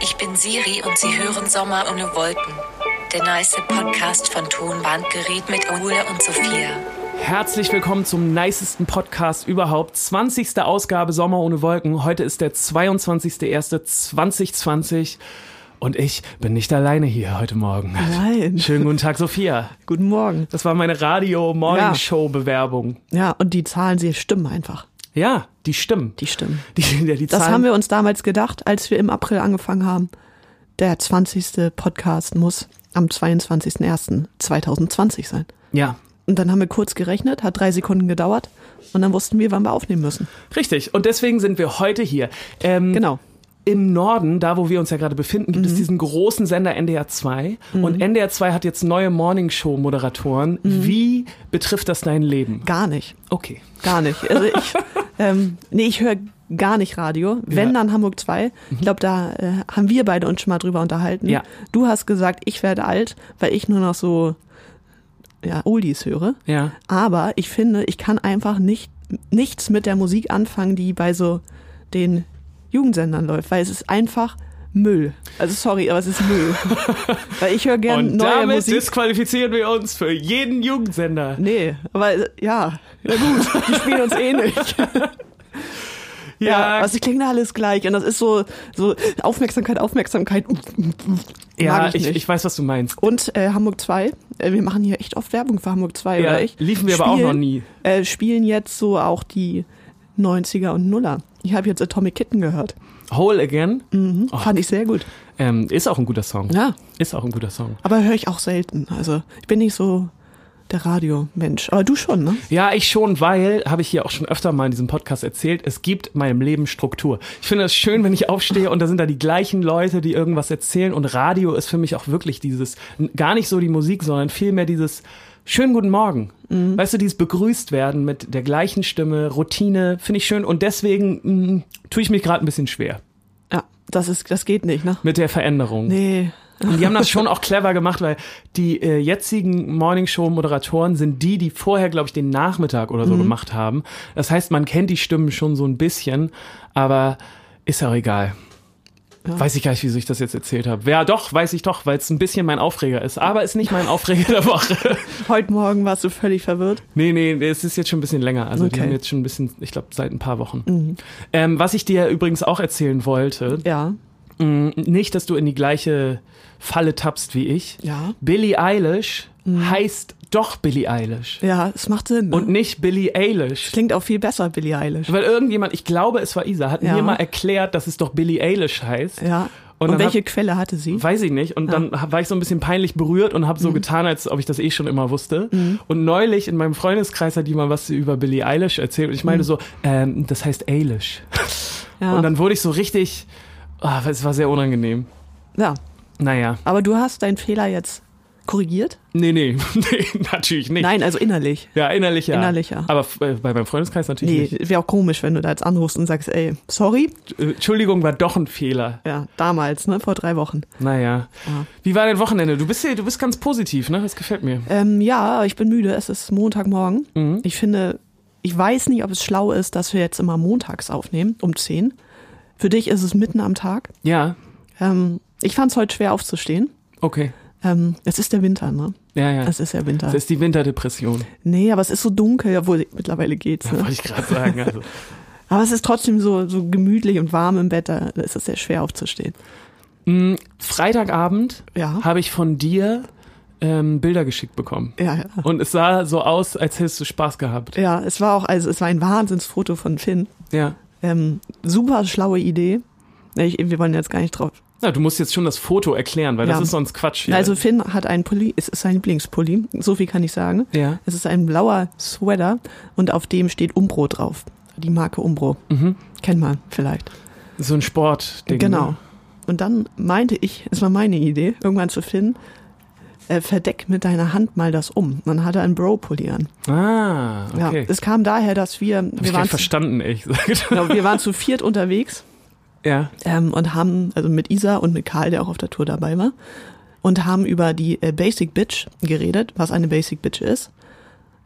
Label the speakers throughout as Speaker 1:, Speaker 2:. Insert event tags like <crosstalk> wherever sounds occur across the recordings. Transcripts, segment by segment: Speaker 1: Ich bin Siri und Sie hören Sommer ohne Wolken. Der nice Podcast von Tonbandgerät mit Ole und Sophia.
Speaker 2: Herzlich willkommen zum nicesten Podcast überhaupt. 20. Ausgabe Sommer ohne Wolken. Heute ist der 22.01.2020 und ich bin nicht alleine hier heute Morgen.
Speaker 3: Nein.
Speaker 2: Schönen guten Tag, Sophia.
Speaker 3: Guten Morgen.
Speaker 2: Das war meine
Speaker 3: Ja.
Speaker 2: Radio-Morning-Show-Bewerbung.
Speaker 3: Ja, und die Zahlen, sie stimmen einfach.
Speaker 2: Ja, die stimmen.
Speaker 3: Die stimmen.
Speaker 2: Die, die, die
Speaker 3: Das
Speaker 2: Zahlen-
Speaker 3: haben wir uns damals gedacht, als wir im April angefangen haben. Der 20. Podcast muss am 22.01.2020 sein.
Speaker 2: Ja,
Speaker 3: Und dann haben wir kurz gerechnet, hat drei Sekunden gedauert. Und dann wussten wir, wann wir aufnehmen müssen.
Speaker 2: richtig. Und deswegen sind wir heute hier. Ähm,
Speaker 3: Genau.
Speaker 2: im Norden, da wo wir uns ja gerade befinden,
Speaker 3: Mhm.
Speaker 2: gibt es diesen großen Sender NDR 2. Und NDR 2 hat jetzt neue Morningshow-Moderatoren.
Speaker 3: Mhm.
Speaker 2: Wie betrifft das dein Leben?
Speaker 3: Gar nicht.
Speaker 2: Okay.
Speaker 3: Gar nicht.
Speaker 2: <laughs>
Speaker 3: Also ich, ähm, nee, ich höre gar nicht Radio. Wenn
Speaker 2: Ja. Mhm.
Speaker 3: dann Hamburg 2. Ich glaube, da äh, haben wir beide uns schon mal drüber unterhalten.
Speaker 2: Ja.
Speaker 3: Du hast gesagt, ich werde alt, weil ich nur noch so ja, Oldies höre.
Speaker 2: Ja.
Speaker 3: Aber ich finde, ich kann einfach nicht, nichts mit der Musik anfangen, die bei so den Jugendsendern läuft, weil es ist einfach Müll. Also sorry, aber es ist
Speaker 2: <laughs>
Speaker 3: Müll. weil ich höre gern
Speaker 2: Und
Speaker 3: neue
Speaker 2: damit
Speaker 3: Musik.
Speaker 2: disqualifizieren wir uns für jeden Jugendsender.
Speaker 3: Nee, aber äh, ja, na gut, die spielen uns eh
Speaker 2: <laughs>
Speaker 3: nicht. Ja,
Speaker 2: ja,
Speaker 3: also die klingen alles gleich und das ist so, so Aufmerksamkeit, Aufmerksamkeit.
Speaker 2: ja,
Speaker 3: mag ich
Speaker 2: ich,
Speaker 3: nicht.
Speaker 2: weiß, was du meinst.
Speaker 3: Und äh, Hamburg 2, äh, wir machen hier echt oft Werbung für Hamburg 2,
Speaker 2: Ja,
Speaker 3: oder ich?
Speaker 2: liefen wir aber auch noch nie.
Speaker 3: Äh, spielen jetzt so auch die 90er und Nuller. Ich habe jetzt Atomic Kitten gehört.
Speaker 2: Whole Again
Speaker 3: Mhm, Fand ich sehr gut.
Speaker 2: ähm, ist auch ein guter Song.
Speaker 3: Ja.
Speaker 2: Ist auch ein guter Song.
Speaker 3: Aber höre ich auch selten. Also ich bin nicht so der Radiomensch. Aber du schon, ne?
Speaker 2: Ja, ich schon, weil, habe ich hier auch schon öfter mal in diesem Podcast erzählt, es gibt meinem Leben Struktur. Ich finde es schön, wenn ich aufstehe und da sind da die gleichen Leute, die irgendwas erzählen und Radio ist für mich auch wirklich dieses, n- gar nicht so die Musik, sondern vielmehr dieses schönen guten Morgen. Weißt du, dieses begrüßt werden mit der gleichen Stimme, Routine, finde ich schön und deswegen mh, tue ich mich gerade ein bisschen schwer
Speaker 3: Ja, das ist, das geht nicht, ne?
Speaker 2: mit der Veränderung.
Speaker 3: Nee.
Speaker 2: Und die haben das schon auch clever gemacht, weil die äh, jetzigen Morningshow-Moderatoren sind die, die vorher, glaube ich, den Nachmittag oder so gemacht haben. Das heißt, man kennt die Stimmen schon so ein bisschen, aber ist ja auch egal. Weiß ich gar nicht, wieso ich das jetzt erzählt habe. Ja, doch, weiß ich doch, weil es ein bisschen mein Aufreger ist. Aber ist nicht mein Aufreger der Woche.
Speaker 3: Heute Morgen warst du völlig verwirrt.
Speaker 2: nee, nee, es ist jetzt schon ein bisschen länger. Also die
Speaker 3: Okay.
Speaker 2: haben jetzt schon ein bisschen, ich glaube, seit ein paar Wochen. Ähm, was ich dir übrigens auch erzählen wollte,
Speaker 3: Ja.
Speaker 2: Mm, nicht, dass du in die gleiche Falle tappst wie ich.
Speaker 3: Ja. Mhm.
Speaker 2: Billie Eilish heißt doch Billie Eilish
Speaker 3: Ja, es macht Sinn. Ne?
Speaker 2: und nicht Billie Eilish.
Speaker 3: Klingt auch viel besser, Billie Eilish.
Speaker 2: Weil irgendjemand, ich glaube, es war Isa, hat
Speaker 3: Ja.
Speaker 2: mir mal erklärt, dass es doch Billie Eilish heißt.
Speaker 3: Ja.
Speaker 2: Und
Speaker 3: Und,
Speaker 2: dann
Speaker 3: welche
Speaker 2: hab-
Speaker 3: Quelle hatte sie?
Speaker 2: Weiß ich nicht. Und dann hab- war ich so ein bisschen peinlich berührt und habe
Speaker 3: Mhm.
Speaker 2: so getan, als ob ich das eh schon immer wusste. Und neulich in meinem Freundeskreis hat jemand was über Billie Eilish erzählt und ich
Speaker 3: Mhm.
Speaker 2: meine so, ähm, das heißt Eilish.
Speaker 3: Ja.
Speaker 2: Und dann wurde ich so richtig, ah, es war sehr unangenehm.
Speaker 3: ja.
Speaker 2: Naja,
Speaker 3: Aber du hast deinen Fehler jetzt korrigiert?
Speaker 2: nee, nee, <laughs> nee natürlich nicht.
Speaker 3: Nein, also innerlich.
Speaker 2: Ja, innerlich ja.
Speaker 3: Innerlich, ja.
Speaker 2: Aber f- äh, bei meinem Freundeskreis natürlich
Speaker 3: Nee,
Speaker 2: nicht.
Speaker 3: wäre auch komisch, wenn du da jetzt anrufst und sagst, ey, sorry.
Speaker 2: Äh, Entschuldigung, war doch ein Fehler.
Speaker 3: Ja, damals, ne, vor drei Wochen.
Speaker 2: Naja.
Speaker 3: Ja.
Speaker 2: Wie war dein Wochenende? Du bist hier, du bist ganz positiv, ne? Das gefällt mir. Mhm.
Speaker 3: Ähm, ja, ich bin müde, es ist Montagmorgen. Ich finde, ich weiß nicht, ob es schlau ist, dass wir jetzt immer montags aufnehmen, um 10. Für dich ist es mitten am Tag.
Speaker 2: Ja,
Speaker 3: Ähm, ich fand es heute schwer aufzustehen.
Speaker 2: okay.
Speaker 3: Ähm, es ist der Winter, ne?
Speaker 2: Ja, ja.
Speaker 3: Es ist ja Winter.
Speaker 2: Das ist die Winterdepression.
Speaker 3: Nee, aber es ist so dunkel, obwohl mittlerweile geht's. Ne?
Speaker 2: Wollte ich gerade sagen.
Speaker 3: <laughs>
Speaker 2: Also.
Speaker 3: Aber es ist trotzdem so, so gemütlich und warm im Bett, da ist es sehr schwer aufzustehen.
Speaker 2: Mm, Freitagabend
Speaker 3: Ja.
Speaker 2: habe ich von dir ähm, Bilder geschickt bekommen.
Speaker 3: Ja, ja.
Speaker 2: Und es sah so aus, als hättest du Spaß gehabt.
Speaker 3: Ja, es war auch, also es war ein Wahnsinnsfoto von Finn.
Speaker 2: Ja.
Speaker 3: Ähm, super schlaue Idee. Ich, wir wollen jetzt gar nicht drauf.
Speaker 2: Na, du musst jetzt schon das Foto erklären, weil das
Speaker 3: Ja.
Speaker 2: ist sonst Quatsch. Hier.
Speaker 3: Also Finn hat einen Pulli, es ist sein Lieblingspulli, so viel kann ich sagen.
Speaker 2: ja.
Speaker 3: Es ist ein blauer Sweater und auf dem steht Umbro drauf. Die Marke Umbro.
Speaker 2: Mhm.
Speaker 3: Kennt man vielleicht.
Speaker 2: So ein Sportding.
Speaker 3: Genau.
Speaker 2: Ne?
Speaker 3: Und dann meinte ich, es war meine Idee, irgendwann zu Finn, äh, verdeck mit deiner Hand mal das um. Und dann hat er einen Bro-Pulli an.
Speaker 2: Ah, okay.
Speaker 3: Ja, es kam daher, dass wir,
Speaker 2: Hab ich
Speaker 3: wir
Speaker 2: gar
Speaker 3: waren,
Speaker 2: nicht
Speaker 3: zu,
Speaker 2: verstanden, ehrlich gesagt.
Speaker 3: <laughs> genau, wir waren zu viert unterwegs
Speaker 2: Ja.
Speaker 3: ähm, und haben, also mit Isa und mit Karl, der auch auf der Tour dabei war, und haben über die äh, Basic Bitch geredet, was eine Basic Bitch ist.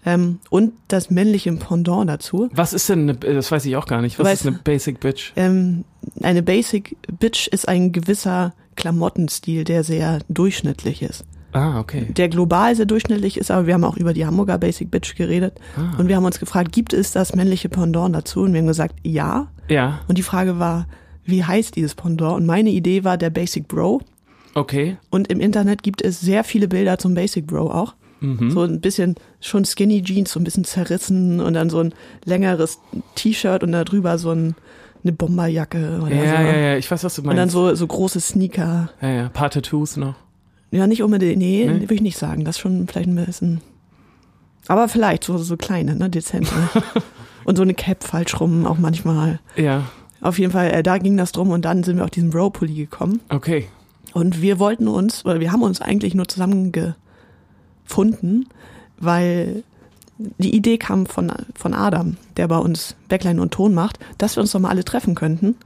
Speaker 3: Ähm, und das männliche Pendant dazu.
Speaker 2: Was ist denn, eine, äh, das weiß ich auch gar nicht, was
Speaker 3: Weiß-
Speaker 2: ist eine Basic Bitch?
Speaker 3: Ähm, eine Basic Bitch ist ein gewisser Klamottenstil, der sehr durchschnittlich ist.
Speaker 2: Ah, okay.
Speaker 3: Der global sehr durchschnittlich ist, aber wir haben auch über die Hamburger Basic Bitch geredet.
Speaker 2: Ah.
Speaker 3: Und wir haben uns gefragt, gibt es das männliche Pendant dazu? Und wir haben gesagt, ja.
Speaker 2: Ja,
Speaker 3: Und die Frage war, wie heißt dieses Pendant? Und meine Idee war der Basic Bro.
Speaker 2: okay.
Speaker 3: Und im Internet gibt es sehr viele Bilder zum Basic Bro auch.
Speaker 2: Mhm.
Speaker 3: So ein bisschen schon Skinny Jeans, so ein bisschen zerrissen und dann so ein längeres T-Shirt und darüber so ein, eine Bomberjacke oder
Speaker 2: Ja,
Speaker 3: so. ne?
Speaker 2: ja, ja, ich weiß, was du meinst.
Speaker 3: Und dann so, so große Sneaker.
Speaker 2: ja, ja, paar Tattoos noch.
Speaker 3: Ja, nicht unbedingt, nee,
Speaker 2: Nee?
Speaker 3: würde ich nicht sagen. Das schon vielleicht ein bisschen. Aber vielleicht so, so kleine, ne, dezente.
Speaker 2: <laughs>
Speaker 3: und so eine Cap falsch rum auch manchmal.
Speaker 2: Ja,
Speaker 3: Auf jeden Fall, äh, da ging das drum und dann sind wir auf diesen Bro-Pulli gekommen.
Speaker 2: okay.
Speaker 3: Und wir wollten uns, oder wir haben uns eigentlich nur zusammengefunden, weil die Idee kam von, von Adam, der bei uns Backline und Ton macht, dass wir uns doch mal alle treffen könnten.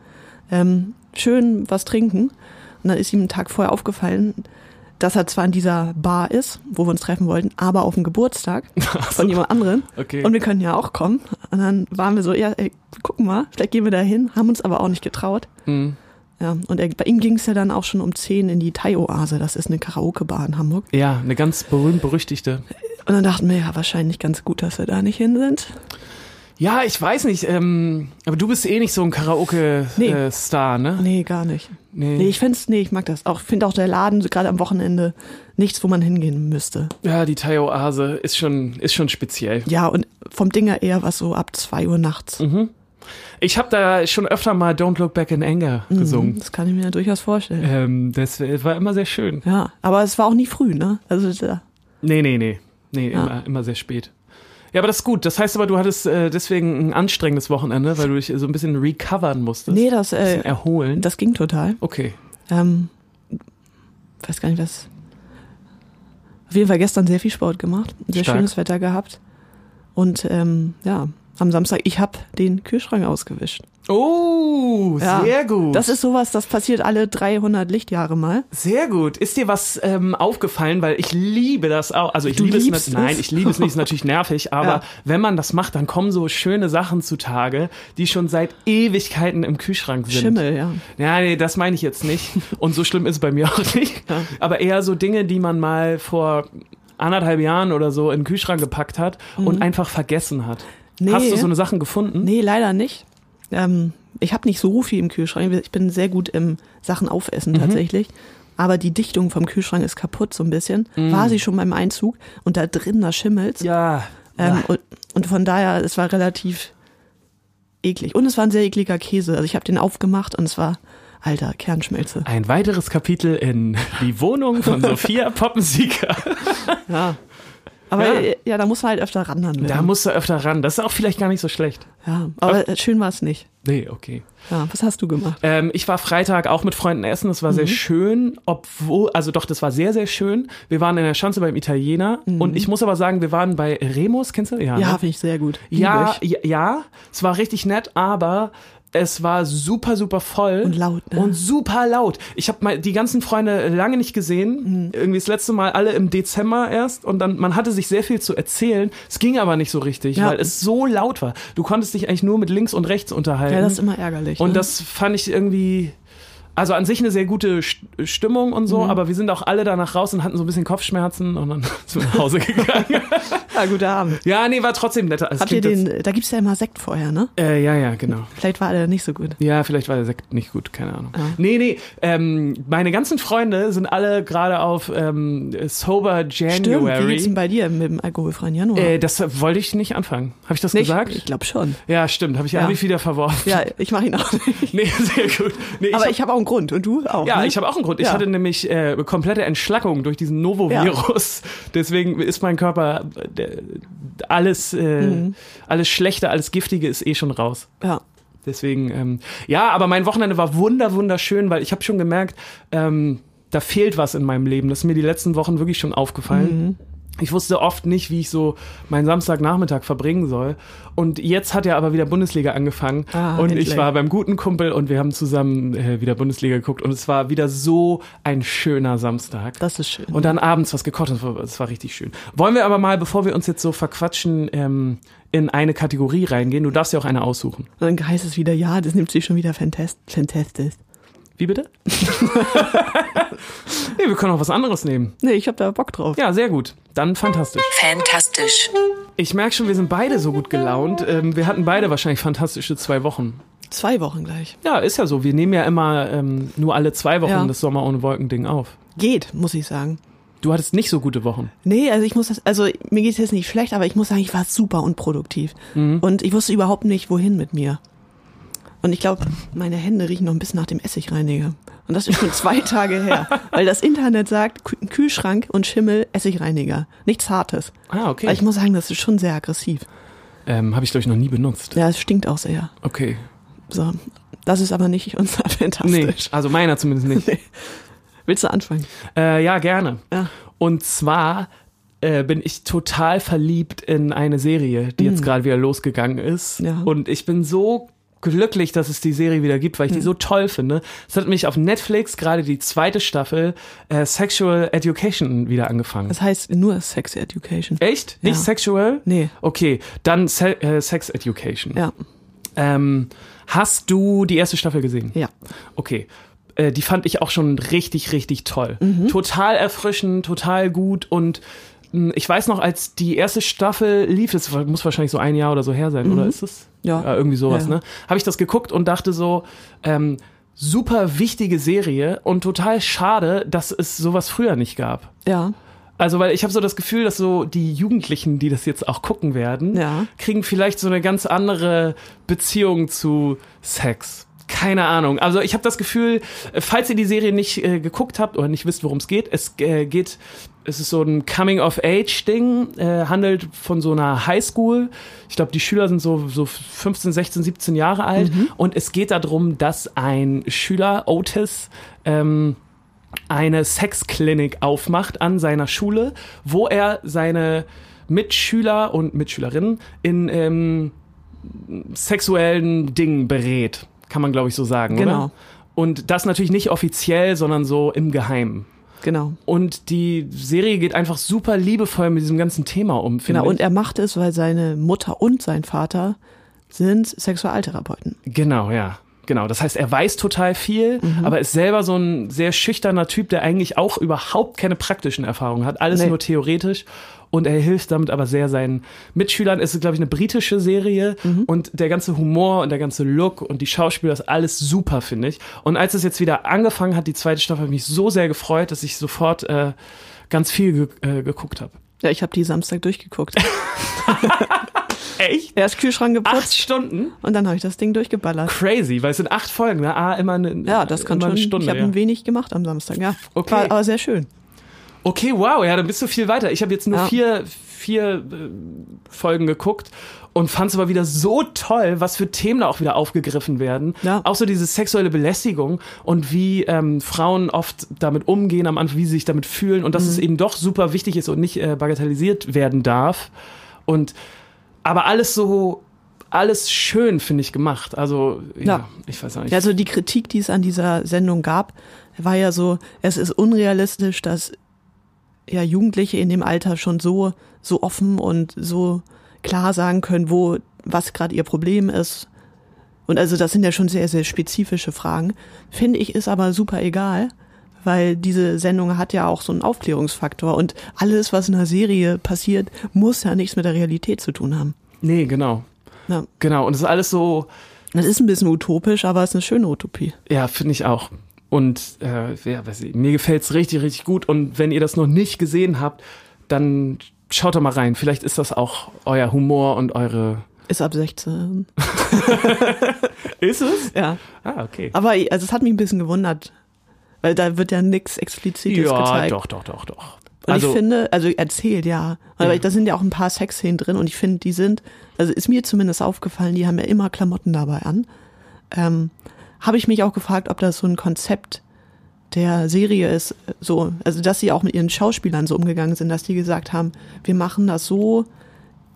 Speaker 3: Ähm, schön was trinken. Und dann ist ihm einen Tag vorher aufgefallen, dass er zwar in dieser Bar ist, wo wir uns treffen wollten, aber auf dem Geburtstag von jemand anderen.
Speaker 2: Okay.
Speaker 3: Und wir können ja auch kommen. Und dann waren wir so, ja, ey, gucken mal, vielleicht gehen wir da hin, haben uns aber auch nicht getraut.
Speaker 2: Mhm.
Speaker 3: Ja, und er, bei ihm ging es ja dann auch schon um 10 in die Thai-Oase. Das ist eine Karaoke-Bar in Hamburg.
Speaker 2: Ja, eine ganz berühmt-berüchtigte.
Speaker 3: Und dann dachten wir, ja, wahrscheinlich ganz gut, dass wir da nicht hin sind.
Speaker 2: Ja, ich weiß nicht, ähm, aber du bist eh nicht so ein
Speaker 3: Nee.
Speaker 2: Karaoke-Star, ne?
Speaker 3: Nee, gar nicht.
Speaker 2: Nee.
Speaker 3: Nee, ich find's, nee, ich mag das. Auch finde auch der Laden, so gerade am Wochenende, nichts, wo man hingehen müsste.
Speaker 2: Ja, die Thai-Oase ist schon, ist schon speziell.
Speaker 3: Ja, und vom Dinger eher was so ab 2 Uhr nachts.
Speaker 2: Ich habe da schon öfter mal Don't Look Back in Anger
Speaker 3: Mhm.
Speaker 2: gesungen.
Speaker 3: Das kann ich mir ja durchaus vorstellen.
Speaker 2: Ähm, das war immer sehr schön.
Speaker 3: Ja, aber es war auch nie früh, ne? Also da,
Speaker 2: Nee, nee, nee. Nee,
Speaker 3: Ah.
Speaker 2: immer, immer sehr spät. Ja, aber das ist gut. Das heißt aber, du hattest äh, deswegen ein anstrengendes Wochenende, weil du dich so ein bisschen recovern musstest.
Speaker 3: nee, das,
Speaker 2: ein bisschen
Speaker 3: äh,
Speaker 2: erholen.
Speaker 3: das ging total.
Speaker 2: Okay.
Speaker 3: Ähm, weiß gar nicht, was. Auf jeden Fall gestern sehr viel Sport gemacht, sehr
Speaker 2: Stark.
Speaker 3: schönes Wetter gehabt. Und ähm, ja, am Samstag, ich habe den Kühlschrank ausgewischt.
Speaker 2: Oh,
Speaker 3: Ja.
Speaker 2: sehr gut.
Speaker 3: Das ist sowas, das passiert alle 300 Lichtjahre mal.
Speaker 2: Sehr gut. Ist dir was ähm, aufgefallen? Weil ich liebe das auch. Also ich
Speaker 3: Du
Speaker 2: liebe es,
Speaker 3: liebst
Speaker 2: nicht- Nein,
Speaker 3: es?
Speaker 2: ich liebe es nicht. Ist
Speaker 3: <laughs>
Speaker 2: natürlich nervig, aber
Speaker 3: Ja.
Speaker 2: wenn man das macht, dann kommen so schöne Sachen zutage, die schon seit Ewigkeiten im Kühlschrank sind.
Speaker 3: Schimmel, ja.
Speaker 2: Ja, nee, das meine ich jetzt <laughs> nicht. Und so schlimm ist es bei mir auch nicht. Aber eher so Dinge, die man mal vor anderthalb Jahren oder so in den Kühlschrank gepackt hat und einfach vergessen hat.
Speaker 3: Nee.
Speaker 2: Hast du so eine Sachen gefunden?
Speaker 3: Nee, leider nicht. Ähm, ich habe nicht so viel im Kühlschrank. Ich bin sehr gut im Sachen aufessen
Speaker 2: Mhm.
Speaker 3: tatsächlich. Aber die Dichtung vom Kühlschrank ist kaputt so ein bisschen.
Speaker 2: Mhm.
Speaker 3: War sie schon beim Einzug und da drin, da schimmelt's.
Speaker 2: Ja.
Speaker 3: Ähm, und, und von daher, es war relativ eklig. Und es war ein sehr ekliger Käse. Also ich habe den aufgemacht und es war, alter, Kernschmelze.
Speaker 2: Ein weiteres Kapitel in Die Wohnung <laughs> von Sophia Poppensieger.
Speaker 3: Ja. Aber
Speaker 2: Ja.
Speaker 3: ja, da muss man halt öfter ran dann.
Speaker 2: Da musst du öfter ran. Das ist auch vielleicht gar nicht so schlecht.
Speaker 3: ja. Aber äh, schön war es nicht.
Speaker 2: Nee, okay.
Speaker 3: Ja, was hast du gemacht?
Speaker 2: Ähm, ich war Freitag auch mit Freunden essen, das war sehr schön, obwohl, also doch, das war sehr, sehr schön. Wir waren in der Schanze beim Italiener und ich muss aber sagen, wir waren bei Remus, kennst du?
Speaker 3: Ja,
Speaker 2: ne?
Speaker 3: finde ich sehr gut. Lieb
Speaker 2: Ja,
Speaker 3: ich.
Speaker 2: ja, ja, es war richtig nett, aber es war super, super voll.
Speaker 3: Und laut, ne?
Speaker 2: Und super laut. Ich habe mal die ganzen Freunde lange nicht gesehen.
Speaker 3: Mhm.
Speaker 2: Irgendwie das letzte Mal alle im Dezember erst. Und dann, man hatte sich sehr viel zu erzählen. Es ging aber nicht so richtig,
Speaker 3: Ja.
Speaker 2: weil es so laut war. Du konntest dich eigentlich nur mit links und rechts unterhalten.
Speaker 3: Ja, das ist immer ärgerlich.
Speaker 2: ähm, Und
Speaker 3: ne?
Speaker 2: das fand ich irgendwie, also an sich eine sehr gute St- Stimmung und
Speaker 3: Mhm.
Speaker 2: so, aber wir sind auch alle danach raus und hatten so ein bisschen Kopfschmerzen und dann <laughs> sind wir nach Hause gegangen. <laughs>
Speaker 3: ja, guter Abend.
Speaker 2: ja, nee, war trotzdem netter. Also es
Speaker 3: Habt ihr
Speaker 2: klingt
Speaker 3: den, da gibt's ja immer Sekt vorher, ne?
Speaker 2: jetzt- Äh, ja, ja, genau.
Speaker 3: Vielleicht war der nicht so gut.
Speaker 2: Ja, vielleicht war der Sekt nicht gut, keine Ahnung.
Speaker 3: Ah.
Speaker 2: Nee, nee, ähm, meine ganzen Freunde sind alle gerade auf ähm, Sober
Speaker 3: Stimmt, wie geht's denn
Speaker 2: January.
Speaker 3: bei dir mit dem alkoholfreien Januar?
Speaker 2: Äh, das wollte ich nicht anfangen. Habe ich das
Speaker 3: Nicht?
Speaker 2: gesagt?
Speaker 3: Ich glaube schon.
Speaker 2: ja, stimmt. Habe ich,
Speaker 3: Ja.
Speaker 2: hab ich wieder
Speaker 3: <laughs>
Speaker 2: verworfen.
Speaker 3: Ja, ich mache ihn auch nicht.
Speaker 2: Nee, sehr gut. Nee,
Speaker 3: Aber ich habe auch einen Grund. Und du auch.
Speaker 2: Ja,
Speaker 3: ne?
Speaker 2: ich habe auch einen Grund. Ich
Speaker 3: Ja.
Speaker 2: hatte nämlich äh, komplette Entschlackung durch diesen Novovirus. Deswegen ist mein Körper äh, alles, äh,
Speaker 3: Mhm.
Speaker 2: alles Schlechte, alles Giftige ist eh schon raus.
Speaker 3: Ja.
Speaker 2: Deswegen, ähm, ja, aber mein Wochenende war wunder, wunderschön, weil ich habe schon
Speaker 3: Mhm.
Speaker 2: gemerkt, ähm, da fehlt was in meinem Leben. Das ist mir die letzten Wochen wirklich schon aufgefallen. ich wusste oft nicht, wie ich so meinen Samstagnachmittag verbringen soll. Und jetzt hat ja aber wieder Bundesliga angefangen.
Speaker 3: Ah,
Speaker 2: und ich
Speaker 3: endlich.
Speaker 2: war beim guten Kumpel und wir haben zusammen äh, wieder Bundesliga geguckt. Und es war wieder so ein schöner Samstag.
Speaker 3: Das ist schön.
Speaker 2: und dann abends was gekocht. und es war- Es war richtig schön. Wollen wir aber mal, bevor wir uns jetzt so verquatschen, ähm, in eine Kategorie reingehen. Du darfst ja auch eine aussuchen.
Speaker 3: Und dann heißt es wieder, ja, das nimmt sich schon wieder fantast- fantastisch.
Speaker 2: Wie bitte? <laughs> nee, wir können auch was anderes nehmen.
Speaker 3: Nee, ich hab da Bock drauf.
Speaker 2: Ja, sehr gut. Dann fantastisch.
Speaker 1: Fantastisch.
Speaker 2: Ich merke schon, wir sind beide so gut gelaunt. Ähm, wir hatten beide wahrscheinlich fantastische zwei Wochen.
Speaker 3: Zwei Wochen gleich.
Speaker 2: Ja, ist ja so. Wir nehmen ja immer ähm, nur alle zwei Wochen
Speaker 3: Ja.
Speaker 2: das Sommer ohne Wolken-Ding auf.
Speaker 3: Geht, muss ich sagen.
Speaker 2: Du hattest nicht so gute Wochen.
Speaker 3: Nee, also ich muss das, also mir geht's jetzt nicht schlecht, aber ich muss sagen, ich war super unproduktiv. Und ich wusste überhaupt nicht, wohin mit mir. Und ich glaube, meine Hände riechen noch ein bisschen nach dem Essigreiniger. Und das ist schon zwei <laughs> Tage her. Weil das Internet sagt, Kü- Kühlschrank und Schimmel, Essigreiniger. Nichts Hartes.
Speaker 2: Ah, okay.
Speaker 3: Aber ich muss sagen, das ist schon sehr aggressiv.
Speaker 2: ähm, Habe ich, glaube ich, noch nie benutzt.
Speaker 3: Ja, es stinkt auch sehr.
Speaker 2: Okay.
Speaker 3: So. Das ist aber nicht unser <laughs>
Speaker 2: Nee,
Speaker 3: fantastisch.
Speaker 2: also meiner zumindest
Speaker 3: <laughs>
Speaker 2: nicht.
Speaker 3: Willst du anfangen?
Speaker 2: Äh, ja, gerne.
Speaker 3: Ja.
Speaker 2: Und zwar äh, bin ich total verliebt in eine Serie, die jetzt gerade wieder losgegangen ist.
Speaker 3: Hm. Ja.
Speaker 2: Und ich bin so glücklich, dass es die Serie wieder gibt, weil
Speaker 3: Hm.
Speaker 2: ich die so toll finde. Es hat mich auf Netflix gerade die zweite Staffel äh, Sexual Education wieder angefangen.
Speaker 3: Das heißt nur Sex Education.
Speaker 2: Echt?
Speaker 3: Ja.
Speaker 2: Nicht sexual?
Speaker 3: Nee.
Speaker 2: Okay, dann Se äh, Sex Education.
Speaker 3: Ja,
Speaker 2: Ähm, hast du die erste Staffel gesehen?
Speaker 3: ja.
Speaker 2: Okay. Äh, Die fand ich auch schon richtig, richtig toll.
Speaker 3: Mhm.
Speaker 2: Total erfrischend, total gut und mh, ich weiß noch, als die erste Staffel lief, das war- muss wahrscheinlich so ein Jahr oder so her sein, oder ist es?
Speaker 3: Mhm. Ja.
Speaker 2: irgendwie sowas,
Speaker 3: Ja.
Speaker 2: ne? Habe ich das geguckt und dachte so, ähm, super wichtige Serie und total schade, dass es sowas früher nicht gab.
Speaker 3: Ja.
Speaker 2: Also, weil ich habe so das Gefühl, dass so die Jugendlichen, die das jetzt auch gucken werden,
Speaker 3: Ja.
Speaker 2: kriegen vielleicht so eine ganz andere Beziehung zu Sex. Keine Ahnung. Also ich habe das Gefühl, äh, falls ihr die Serie nicht äh, geguckt habt oder nicht wisst, worum es geht, es äh, geht, es ist so ein Coming-of-Age-Ding, äh, handelt von so einer Highschool. Ich glaube, die Schüler sind so, so 15, 16, 17 Jahre alt. Und es geht darum, dass ein Schüler, Otis, ähm, eine Sexklinik aufmacht an seiner Schule, wo er seine Mitschüler und Mitschülerinnen in ähm, sexuellen Dingen berät. Kann man, glaube ich, so sagen,
Speaker 3: Genau.
Speaker 2: oder? Und das natürlich nicht offiziell, sondern so im Geheimen.
Speaker 3: Genau.
Speaker 2: Und die Serie geht einfach super liebevoll mit diesem ganzen Thema um, finde
Speaker 3: Genau.
Speaker 2: ich.
Speaker 3: Und er macht es, weil seine Mutter und sein Vater sind Sexualtherapeuten.
Speaker 2: Genau, ja. Genau, das heißt, er weiß total viel,
Speaker 3: Mhm.
Speaker 2: aber ist selber so ein sehr schüchterner Typ, der eigentlich auch überhaupt keine praktischen Erfahrungen hat, alles
Speaker 3: Nee.
Speaker 2: nur theoretisch. Und er hilft damit aber sehr seinen Mitschülern. Es ist, glaube ich, eine britische Serie
Speaker 3: Mhm.
Speaker 2: und der ganze Humor und der ganze Look und die Schauspieler ist alles super, finde ich. Und als es jetzt wieder angefangen hat, die zweite Staffel, habe ich mich so sehr gefreut, dass ich sofort äh, ganz viel ge äh, geguckt habe.
Speaker 3: Ja, ich habe die
Speaker 2: <laughs>
Speaker 3: Samstag durchgeguckt.
Speaker 2: Echt?
Speaker 3: Erst Kühlschrank
Speaker 2: Acht
Speaker 3: geputzt
Speaker 2: Stunden?
Speaker 3: und dann habe ich das Ding durchgeballert.
Speaker 2: Crazy, weil es sind acht Folgen, ne? Ah, immer eine,
Speaker 3: Ja, das kann
Speaker 2: immer
Speaker 3: schon.
Speaker 2: eine Stunde.
Speaker 3: ich habe
Speaker 2: ja.
Speaker 3: ein wenig gemacht am Samstag. Ja,
Speaker 2: Okay.
Speaker 3: war aber sehr schön.
Speaker 2: Okay, wow, ja, dann bist du viel weiter. Ich habe jetzt nur
Speaker 3: Ja.
Speaker 2: vier, vier äh, Folgen geguckt und fand es aber wieder so toll, was für Themen da auch wieder aufgegriffen werden.
Speaker 3: Ja.
Speaker 2: Auch so diese sexuelle Belästigung und wie ähm, Frauen oft damit umgehen am Anfang, wie sie sich damit fühlen und dass
Speaker 3: Mhm.
Speaker 2: es eben doch super wichtig ist und nicht äh, bagatellisiert werden darf. Und aber alles so, alles schön, finde ich, gemacht. Also, ja,
Speaker 3: Ja.
Speaker 2: ich weiß auch nicht.
Speaker 3: Ja, also die Kritik, die es an dieser Sendung gab, war ja so, es ist unrealistisch, dass ja Jugendliche in dem Alter schon so, so offen und so klar sagen können, wo, was gerade ihr Problem ist. Und also das sind ja schon sehr, sehr spezifische Fragen. Finde ich, ist aber super egal, weil diese Sendung hat ja auch so einen Aufklärungsfaktor und alles, was in einer Serie passiert, muss ja nichts mit der Realität zu tun haben.
Speaker 2: nee, genau.
Speaker 3: Ja.
Speaker 2: Genau. Und es ist alles so,
Speaker 3: Das ist ein bisschen utopisch, aber es ist eine schöne Utopie.
Speaker 2: Ja, finde ich auch. Und äh, ja, weiß ich, mir gefällt's richtig, richtig gut. Und wenn ihr das noch nicht gesehen habt, dann schaut doch mal rein. Vielleicht ist das auch euer Humor und eure.
Speaker 3: Ist ab 16.
Speaker 2: Ist es?
Speaker 3: Ja.
Speaker 2: Ah, okay.
Speaker 3: Aber also es hat mich ein bisschen gewundert, weil da wird ja nichts Explizites
Speaker 2: Ja,
Speaker 3: gezeigt.
Speaker 2: doch, doch, doch, doch.
Speaker 3: Und
Speaker 2: also,
Speaker 3: ich finde, also erzählt, ja. Aber
Speaker 2: Ja.
Speaker 3: da sind ja auch ein paar Sexszenen drin und ich finde, die sind, also ist mir zumindest aufgefallen, die haben ja immer Klamotten dabei an. Ähm, Habe ich mich auch gefragt, ob das so ein Konzept der Serie ist so, also dass sie auch mit ihren Schauspielern so umgegangen sind, dass die gesagt haben, wir machen das so,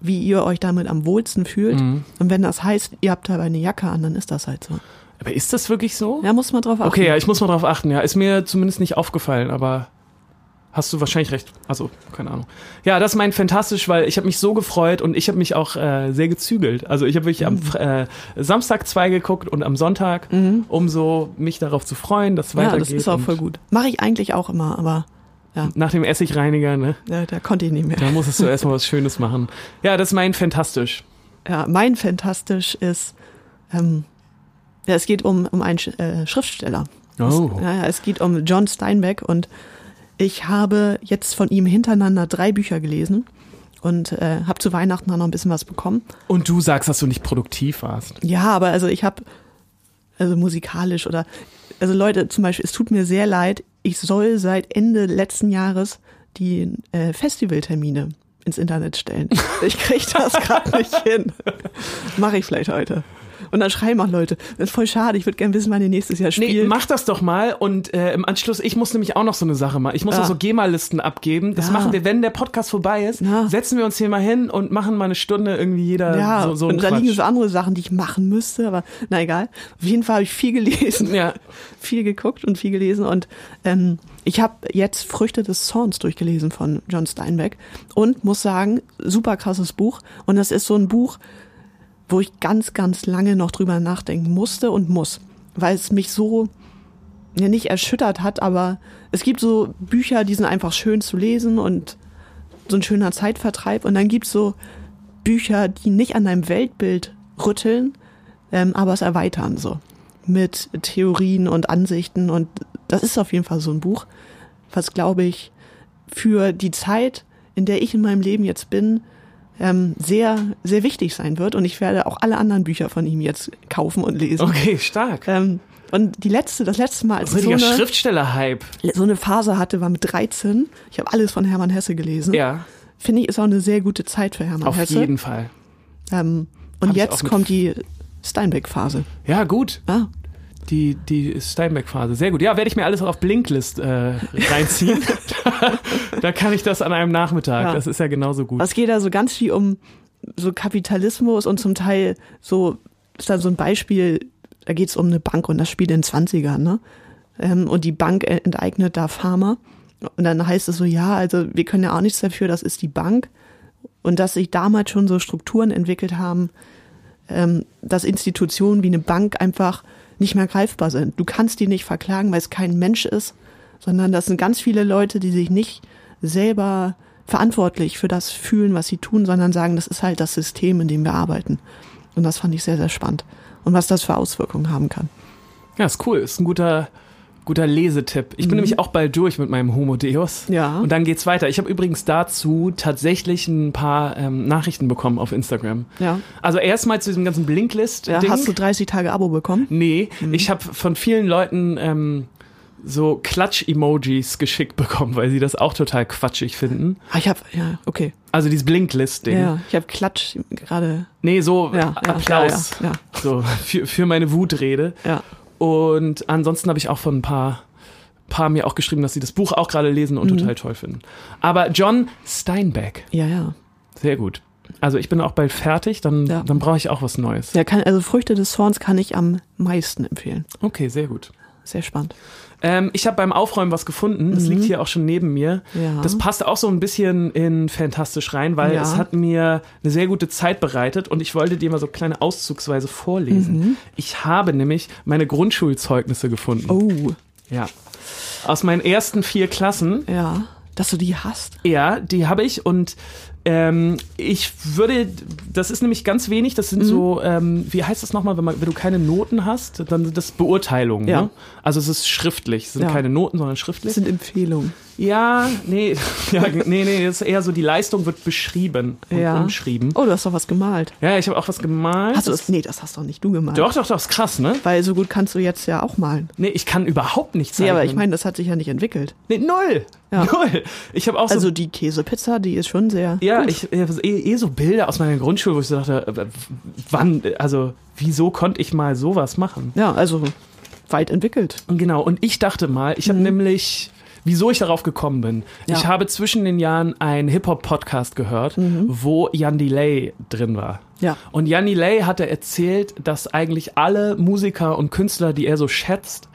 Speaker 3: wie ihr euch damit am wohlsten fühlt.
Speaker 2: Mhm.
Speaker 3: Und wenn das heißt, ihr habt dabei eine Jacke an, dann ist das halt so.
Speaker 2: Aber ist das wirklich so?
Speaker 3: Ja, muss man drauf achten.
Speaker 2: Okay, ja, ich muss mal drauf achten. Ja, ist mir zumindest nicht aufgefallen, aber hast du wahrscheinlich recht. Also, keine Ahnung. Ja, das ist mein fantastisch, weil ich habe mich so gefreut und ich habe mich auch äh, sehr gezügelt. Also, ich habe wirklich am
Speaker 3: Mhm.
Speaker 2: Fr- äh, Samstag zwei geguckt und am Sonntag, um so mich darauf zu freuen, dass
Speaker 3: Mhm. ja,
Speaker 2: weitergeht.
Speaker 3: das ist auch
Speaker 2: und
Speaker 3: voll gut. Mache ich eigentlich auch immer, aber
Speaker 2: Nach dem Essigreiniger, ne?
Speaker 3: ja, da konnte ich nicht mehr.
Speaker 2: Da musstest du erstmal was Schönes machen. Ja, das ist mein fantastisch.
Speaker 3: ja, mein Fantastisch ist, ähm, ja, es geht um, um einen Sch äh, Schriftsteller.
Speaker 2: Oh.
Speaker 3: Es, ja, ja, es geht um John Steinbeck und ich habe jetzt von ihm hintereinander drei Bücher gelesen und äh, habe zu Weihnachten auch noch ein bisschen was bekommen.
Speaker 2: Und du sagst, dass du nicht produktiv warst.
Speaker 3: Ja, aber also ich habe, also musikalisch oder, also Leute, zum Beispiel, es tut mir sehr leid, ich soll seit Ende letzten Jahres die äh, Festivaltermine ins
Speaker 2: <laughs>
Speaker 3: Internet stellen. Ich krieg das gerade nicht hin. Mache ich vielleicht heute. Und dann schreiben auch Leute, das ist voll schade, ich würde gerne wissen, wann ihr nächstes Jahr
Speaker 2: Nee,
Speaker 3: spielt.
Speaker 2: mach das doch mal und äh, im Anschluss, ich muss nämlich auch noch so eine Sache machen. Ich muss
Speaker 3: Ja.
Speaker 2: noch so GEMA-Listen abgeben. Das
Speaker 3: Ah. Ja.
Speaker 2: machen wir, wenn der Podcast vorbei ist,
Speaker 3: Ja.
Speaker 2: setzen wir uns hier mal hin und machen mal eine Stunde irgendwie jeder
Speaker 3: ja,
Speaker 2: äh, so, so einen
Speaker 3: und da liegen
Speaker 2: Quatsch.
Speaker 3: so andere Sachen, die ich machen müsste, aber na egal. Auf jeden Fall habe ich viel gelesen,
Speaker 2: Ja.
Speaker 3: viel geguckt und viel gelesen und ähm, ich habe jetzt Früchte des Zorns durchgelesen von John Steinbeck und muss sagen, super krasses Buch und das ist so ein Buch, wo ich ganz, ganz lange noch drüber nachdenken musste und muss, weil es mich so ja nicht erschüttert hat, aber es gibt so Bücher, die sind einfach schön zu lesen und so ein schöner Zeitvertreib. Und dann gibt's so Bücher, die nicht an deinem Weltbild rütteln, ähm, aber es erweitern so. Mit Theorien und Ansichten. Und das ist auf jeden Fall so ein Buch, was, glaube ich, für die Zeit, in der ich in meinem Leben jetzt bin, ähm, sehr, sehr wichtig sein wird. Und ich werde auch alle anderen Bücher von ihm jetzt kaufen und lesen.
Speaker 2: Okay, stark.
Speaker 3: Ähm, und die letzte, das letzte Mal, als ich so
Speaker 2: Richtiger
Speaker 3: eine,
Speaker 2: Schriftsteller-Hype.
Speaker 3: so eine Phase hatte, war mit 13. Ich habe alles von Hermann Hesse gelesen.
Speaker 2: Ja,
Speaker 3: Finde ich, ist auch eine sehr gute Zeit für Hermann
Speaker 2: auf
Speaker 3: Hm? Hesse.
Speaker 2: jeden Fall.
Speaker 3: Ähm,
Speaker 2: Hab
Speaker 3: und
Speaker 2: ich auch
Speaker 3: jetzt
Speaker 2: mit-
Speaker 3: kommt die Steinbeck-Phase.
Speaker 2: Ja, gut.
Speaker 3: Ah,
Speaker 2: Die, die Steinbeck-Phase. Sehr gut. Ja, werde ich mir alles auf Blinklist äh,
Speaker 3: <laughs>
Speaker 2: reinziehen. <laughs> da, da kann ich das an einem Nachmittag.
Speaker 3: Ja.
Speaker 2: Das ist ja genauso gut.
Speaker 3: was geht da so ganz viel um so Kapitalismus und zum Teil so, ist da so ein Beispiel, da geht es um eine Bank und das spielt in den 20ern, ne? Ähm, und die Bank enteignet da Farmer. Und dann heißt es so, ja, also wir können ja auch nichts dafür, das ist die Bank. Und dass sich damals schon so Strukturen entwickelt haben, ähm, dass Institutionen wie eine Bank einfach nicht mehr greifbar sind. Du kannst die nicht verklagen, weil es kein Mensch ist, sondern das sind ganz viele Leute, die sich nicht selber verantwortlich für das fühlen, was sie tun, sondern sagen, das ist halt das System, in dem wir arbeiten. Und das fand ich sehr, sehr spannend. Und was das für Auswirkungen haben kann.
Speaker 2: Ja, ist cool. Ist ein guter, guter Lesetipp. Ich bin nämlich auch bald durch mit meinem Homo Deus.
Speaker 3: Mhm. Ja.
Speaker 2: Und dann geht's weiter. Ich habe übrigens dazu tatsächlich ein paar ähm, Nachrichten bekommen auf Instagram.
Speaker 3: Ja.
Speaker 2: Also erstmal zu diesem ganzen Blinklist-Ding.
Speaker 3: Ja, hast du Mhm. 30 Tage Abo bekommen?
Speaker 2: Nee, ich habe von vielen Leuten ähm, so Klatsch-Emojis geschickt bekommen, weil sie das auch total quatschig finden.
Speaker 3: Ah, ich habe ja, okay.
Speaker 2: Also dieses Blinklist-Ding.
Speaker 3: Ja, ich habe Klatsch gerade.
Speaker 2: Nee, so
Speaker 3: Ja, ja,
Speaker 2: Applaus.
Speaker 3: ja, ja,
Speaker 2: So, für, für meine Wutrede.
Speaker 3: Ja.
Speaker 2: Und ansonsten habe ich auch von ein paar, paar mir auch geschrieben, dass sie das Buch auch gerade lesen
Speaker 3: Mhm.
Speaker 2: und total toll finden. Aber John Steinbeck,
Speaker 3: Ja, ja.
Speaker 2: sehr gut. Also ich bin auch bald fertig, dann,
Speaker 3: Ja.
Speaker 2: dann brauche ich auch was Neues.
Speaker 3: Ja, kann, also Früchte des Zorns kann ich am meisten empfehlen.
Speaker 2: Okay, sehr gut.
Speaker 3: Sehr spannend.
Speaker 2: Ähm, ich habe beim Aufräumen was gefunden. Das liegt hier auch schon neben mir.
Speaker 3: Mhm. Ja.
Speaker 2: Das passt auch so ein bisschen in Fantastisch rein, weil
Speaker 3: Ja.
Speaker 2: es hat mir eine sehr gute Zeit bereitet und ich wollte dir mal so kleine Auszugsweise vorlesen.
Speaker 3: Mhm.
Speaker 2: Ich habe nämlich meine Grundschulzeugnisse gefunden.
Speaker 3: Oh,
Speaker 2: Ja. Aus meinen ersten vier Klassen.
Speaker 3: ja. Dass du die hast?
Speaker 2: Ja, die habe ich und ähm, ich würde, das ist nämlich ganz wenig, das
Speaker 3: Mhm.
Speaker 2: sind so, ähm, wie heißt das nochmal, wenn, man, wenn du keine Noten hast, dann sind das Beurteilungen.
Speaker 3: Ja.
Speaker 2: Ne? Also es ist schriftlich, es sind
Speaker 3: Ja.
Speaker 2: keine Noten, sondern schriftlich.
Speaker 3: Das sind Empfehlungen.
Speaker 2: ja, nee, <laughs> ja, nee, nee, das ist eher so, die Leistung wird beschrieben und
Speaker 3: Ja.
Speaker 2: umschrieben.
Speaker 3: Oh, du hast doch was gemalt.
Speaker 2: Ja, ich habe auch was gemalt.
Speaker 3: Hast du das? Nee, das hast doch nicht du gemalt.
Speaker 2: Doch, doch, doch, ist krass, ne?
Speaker 3: Weil so gut kannst du jetzt ja auch malen.
Speaker 2: Nee, ich kann überhaupt nichts
Speaker 3: Nee,
Speaker 2: zeichnen.
Speaker 3: aber ich meine, das hat sich ja nicht entwickelt.
Speaker 2: Nee, null.
Speaker 3: Ja.
Speaker 2: Null. Ich habe auch so
Speaker 3: Also die Käsepizza, die ist schon sehr.
Speaker 2: Ja, ich, ich hab eh, eh so Bilder aus meiner Grundschule, wo ich so dachte, äh, wann, also wieso konnte ich mal sowas machen?
Speaker 3: Ja, also weit entwickelt.
Speaker 2: Und Genau, und ich dachte mal, ich habe nämlich, wieso ich darauf gekommen bin.
Speaker 3: Mhm. Ja. Mhm.
Speaker 2: Ich habe zwischen den Jahren einen Hip-Hop-Podcast gehört, wo Jan Delay drin war.
Speaker 3: Ja.
Speaker 2: Und Jan Delay hatte erzählt, dass eigentlich alle Musiker und Künstler, die er so schätzt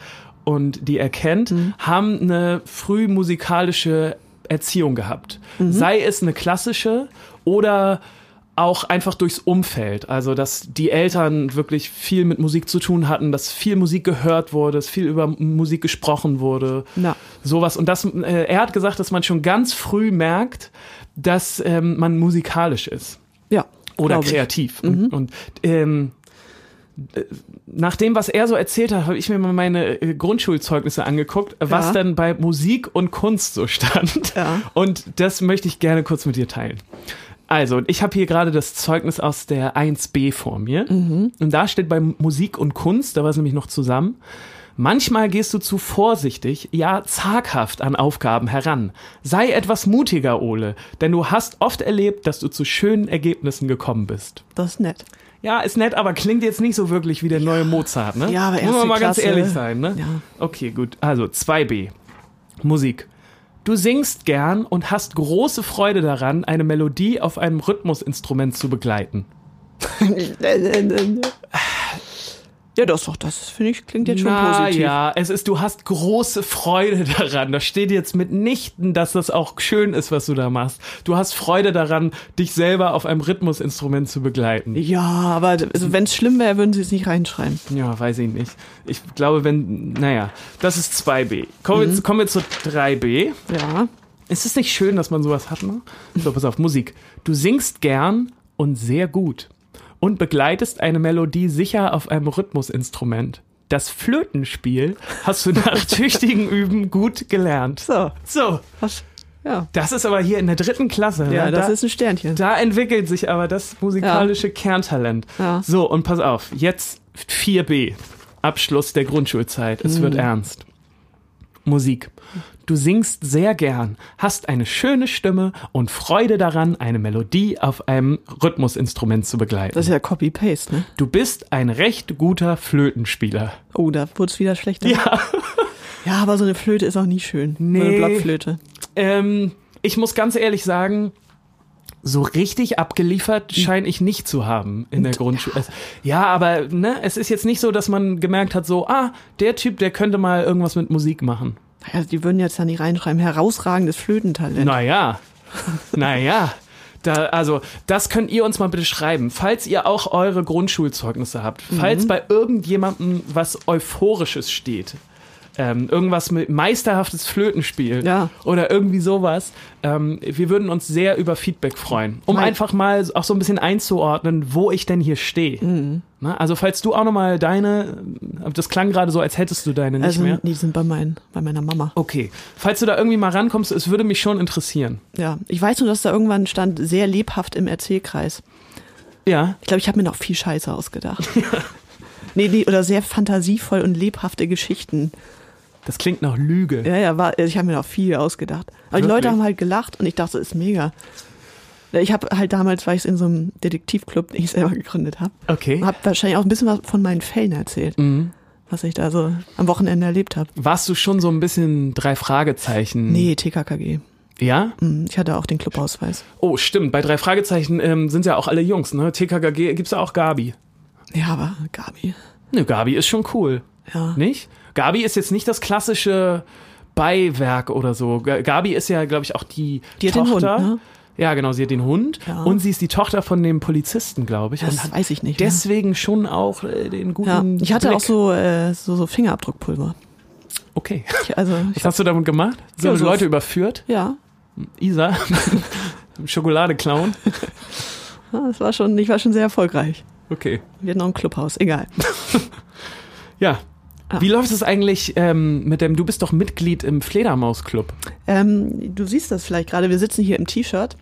Speaker 2: und die er kennt, haben eine früh musikalische Erziehung gehabt. Sei es eine klassische oder auch einfach durchs Umfeld. Also, dass die Eltern wirklich viel mit Musik zu tun hatten, dass viel Musik gehört wurde, dass viel über M- Musik gesprochen wurde.
Speaker 3: Ja.
Speaker 2: Sowas. Und das, äh, er hat gesagt, dass man schon ganz früh merkt, dass ähm, man musikalisch ist
Speaker 3: Ja.
Speaker 2: oder
Speaker 3: glaub ich. Mhm.
Speaker 2: kreativ. Und, und ähm, äh, nach dem, was er so erzählt hat, habe ich mir mal meine äh, Grundschulzeugnisse angeguckt, was
Speaker 3: Ja.
Speaker 2: dann bei Musik und Kunst so stand.
Speaker 3: Ja.
Speaker 2: Und das möchte ich gerne kurz mit dir teilen. Also, ich habe hier gerade das Zeugnis aus der 1b vor mir. Und da steht bei Musik und Kunst, da war es nämlich noch zusammen, Manchmal gehst du zu vorsichtig, ja zaghaft an Aufgaben heran. Sei etwas mutiger, Ole, denn du hast oft erlebt, dass du zu schönen Ergebnissen gekommen bist.
Speaker 3: Das ist nett.
Speaker 2: Ja, ist nett, aber klingt jetzt nicht so wirklich wie der neue Mozart, ne?
Speaker 3: Ja, aber
Speaker 2: Muss
Speaker 3: erste
Speaker 2: man mal ganz
Speaker 3: Klasse.
Speaker 2: ehrlich sein, ne?
Speaker 3: Ja.
Speaker 2: Okay, gut. Also 2b. Musik. Du singst gern und hast große Freude daran, eine Melodie auf einem Rhythmusinstrument zu begleiten.
Speaker 3: ja, das doch, das finde ich klingt jetzt schon
Speaker 2: Na
Speaker 3: positiv.
Speaker 2: Ja, es ist, du hast große Freude <laughs> daran. Das steht jetzt mitnichten, dass das auch schön ist, was du da machst. Du hast Freude daran, dich selber auf einem Rhythmusinstrument zu begleiten.
Speaker 3: Ja, aber also, wenn es schlimm wäre, würden sie es nicht reinschreiben.
Speaker 2: Ja, weiß ich nicht. Ich glaube, wenn, naja, das ist 2b. Kommen,
Speaker 3: Mhm.
Speaker 2: wir, zu- kommen wir zu 3b.
Speaker 3: Ja.
Speaker 2: Ist es nicht schön, dass man sowas hat, ne? So, pass auf, Musik. Du singst gern und sehr gut und begleitest eine Melodie sicher auf einem Rhythmusinstrument. Das Flötenspiel hast du
Speaker 3: <laughs>
Speaker 2: nach tüchtigen Üben gut gelernt.
Speaker 3: So,
Speaker 2: So,
Speaker 3: was? Ja.
Speaker 2: das ist aber hier in der dritten Klasse. ne?
Speaker 3: Ja, das
Speaker 2: da,
Speaker 3: ist ein Sternchen.
Speaker 2: da entwickelt sich aber das musikalische Kerntalent.
Speaker 3: Ja.
Speaker 2: So, und pass auf, jetzt 4b, Abschluss der Grundschulzeit. Es
Speaker 3: Mhm.
Speaker 2: wird ernst. Musik. Du singst sehr gern, hast eine schöne Stimme und Freude daran, eine Melodie auf einem Rhythmusinstrument zu begleiten.
Speaker 3: Das ist ja Copy-Paste, ne?
Speaker 2: Du bist ein recht guter Flötenspieler. <laughs>
Speaker 3: Oh, da wurde es wieder schlechter. Ja. Ja, aber so eine Flöte ist auch nie schön. So eine
Speaker 2: Nee.
Speaker 3: Blockflöte.
Speaker 2: Ähm, ich muss ganz ehrlich sagen, so richtig abgeliefert scheine ich nicht zu haben in der Grundschule. Es- Ja, aber ne, es ist jetzt nicht so, dass man gemerkt hat, so, ah, der Typ, der könnte mal irgendwas mit Musik machen.
Speaker 3: Naja, die würden jetzt ja nicht reinschreiben. Herausragendes
Speaker 2: <laughs>
Speaker 3: Flötentalent.
Speaker 2: Naja, naja. Da, also, das könnt ihr uns mal bitte schreiben, falls ihr auch eure Grundschulzeugnisse habt,
Speaker 3: Mhm.
Speaker 2: falls bei irgendjemandem was Euphorisches steht, ähm, irgendwas mit meisterhaftes Flötenspiel
Speaker 3: Ja.
Speaker 2: oder irgendwie sowas, ähm, wir würden uns sehr über Feedback freuen, um
Speaker 3: Mein-
Speaker 2: einfach mal auch so ein bisschen einzuordnen, wo ich denn hier stehe.
Speaker 3: Mhm.
Speaker 2: Na, Also, falls du auch nochmal deine, das klang gerade so, als hättest du deine nicht
Speaker 3: also,
Speaker 2: mehr.
Speaker 3: die sind bei, meinen, bei meiner Mama.
Speaker 2: Okay, falls du da irgendwie mal rankommst, es würde mich schon interessieren.
Speaker 3: Ja. Ich weiß nur, dass da irgendwann stand, sehr lebhaft im Erzählkreis.
Speaker 2: Ja.
Speaker 3: Ich glaube, ich habe mir noch viel Scheiße ausgedacht. nee, nee, oder sehr fantasievoll und lebhafte Geschichten.
Speaker 2: Das klingt nach Lüge.
Speaker 3: Ja, ja, war, also ich habe mir noch viel ausgedacht. Aber die
Speaker 2: Wirklich?
Speaker 3: Leute haben halt gelacht und ich dachte, ist mega. Ja, Ich habe halt damals, weil ich in so einem Detektivclub, den ich selber gegründet habe,
Speaker 2: Okay.
Speaker 3: habe wahrscheinlich auch ein bisschen was von meinen Fällen erzählt, was ich da so am Wochenende erlebt habe.
Speaker 2: Warst du schon so ein bisschen drei Fragezeichen?
Speaker 3: Nee, TKKG.
Speaker 2: Ja?
Speaker 3: Hm, Ich hatte auch den Clubausweis.
Speaker 2: Oh, stimmt. Bei drei Fragezeichen ähm, sind ja auch alle Jungs, ne? TKKG gibt's ja auch Gabi.
Speaker 3: Ja, aber Gabi.
Speaker 2: Ne, Gabi ist schon cool.
Speaker 3: Ja.
Speaker 2: Nicht? Gabi ist jetzt nicht das klassische Beiwerk oder so. G- Gabi ist ja, glaube ich, auch die,
Speaker 3: Die hat den
Speaker 2: Tochter.
Speaker 3: Hund, ne?
Speaker 2: Ja, genau, sie hat den Hund.
Speaker 3: Ja.
Speaker 2: Und sie ist die Tochter von dem Polizisten, glaube ich. und
Speaker 3: Das
Speaker 2: hat
Speaker 3: weiß ich nicht. mehr.
Speaker 2: deswegen schon auch äh, den guten.
Speaker 3: ja. Ich hatte
Speaker 2: Blick.
Speaker 3: auch so, äh, so, so Fingerabdruckpulver.
Speaker 2: Okay.
Speaker 3: Ich, also, ich
Speaker 2: Was hast du damit gemacht? So
Speaker 3: Ja, so-
Speaker 2: Leute überführt?
Speaker 3: Ja,
Speaker 2: Isa? <laughs> Schokolade klauen?
Speaker 3: ja, es war schon, ich war schon sehr erfolgreich.
Speaker 2: Okay.
Speaker 3: Wir hatten noch ein Clubhaus, egal.
Speaker 2: Ja. Wie läuft es eigentlich ähm, mit dem, du bist doch Mitglied im Fledermaus-Club.
Speaker 3: Ähm, du siehst das vielleicht gerade, wir sitzen hier im T-Shirt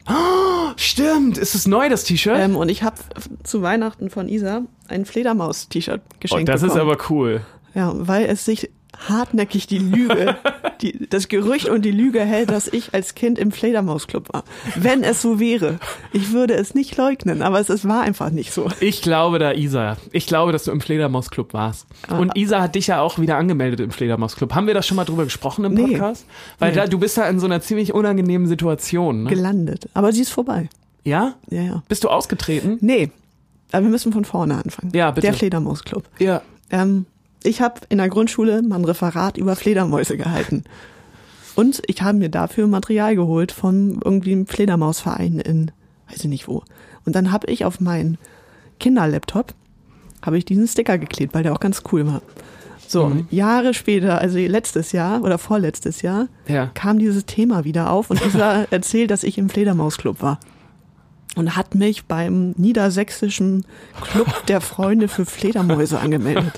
Speaker 2: Stimmt, ist es neu, das T-Shirt?
Speaker 3: ähm, und ich habe zu Weihnachten von Isa ein Fledermaus-T-Shirt
Speaker 2: oh,
Speaker 3: geschenkt
Speaker 2: das ist
Speaker 3: bekommen.
Speaker 2: aber cool.
Speaker 3: Ja, weil es sich hartnäckig
Speaker 2: <laughs>
Speaker 3: die Lüge, die, das Gerücht und die Lüge hält, dass ich als Kind im Fledermausclub war. Wenn es so wäre. Ich würde es nicht leugnen, aber es, es war einfach nicht so.
Speaker 2: Ich glaube da, Isa. Ich glaube, dass du im Fledermausclub warst. Und Isa hat dich ja auch wieder angemeldet im Fledermausclub. Haben wir das schon mal drüber gesprochen im
Speaker 3: Nee.
Speaker 2: Podcast? Weil
Speaker 3: Nee.
Speaker 2: da, du bist ja in so einer ziemlich unangenehmen Situation. Ne?
Speaker 3: Gelandet. Aber sie ist vorbei.
Speaker 2: Ja?
Speaker 3: Ja, ja.
Speaker 2: Bist du ausgetreten?
Speaker 3: Nee. Aber wir müssen von vorne anfangen.
Speaker 2: Ja, bitte.
Speaker 3: Der Fledermausclub.
Speaker 2: Ja.
Speaker 3: Ähm, ich habe in der Grundschule mal ein Referat über Fledermäuse gehalten. Und ich habe mir dafür Material geholt von irgendwie einem Fledermausverein in, weiß ich nicht wo. Und dann habe ich auf meinen Kinderlaptop habe ich diesen Sticker geklebt, weil der auch ganz cool war. So,
Speaker 2: Mhm.
Speaker 3: Jahre später, also letztes Jahr oder vorletztes Jahr,
Speaker 2: Ja.
Speaker 3: kam dieses Thema wieder auf und Isa
Speaker 2: <laughs>
Speaker 3: erzählt, dass ich im Fledermausclub war. Und hat mich beim niedersächsischen
Speaker 2: <laughs>
Speaker 3: Club der Freunde für Fledermäuse angemeldet.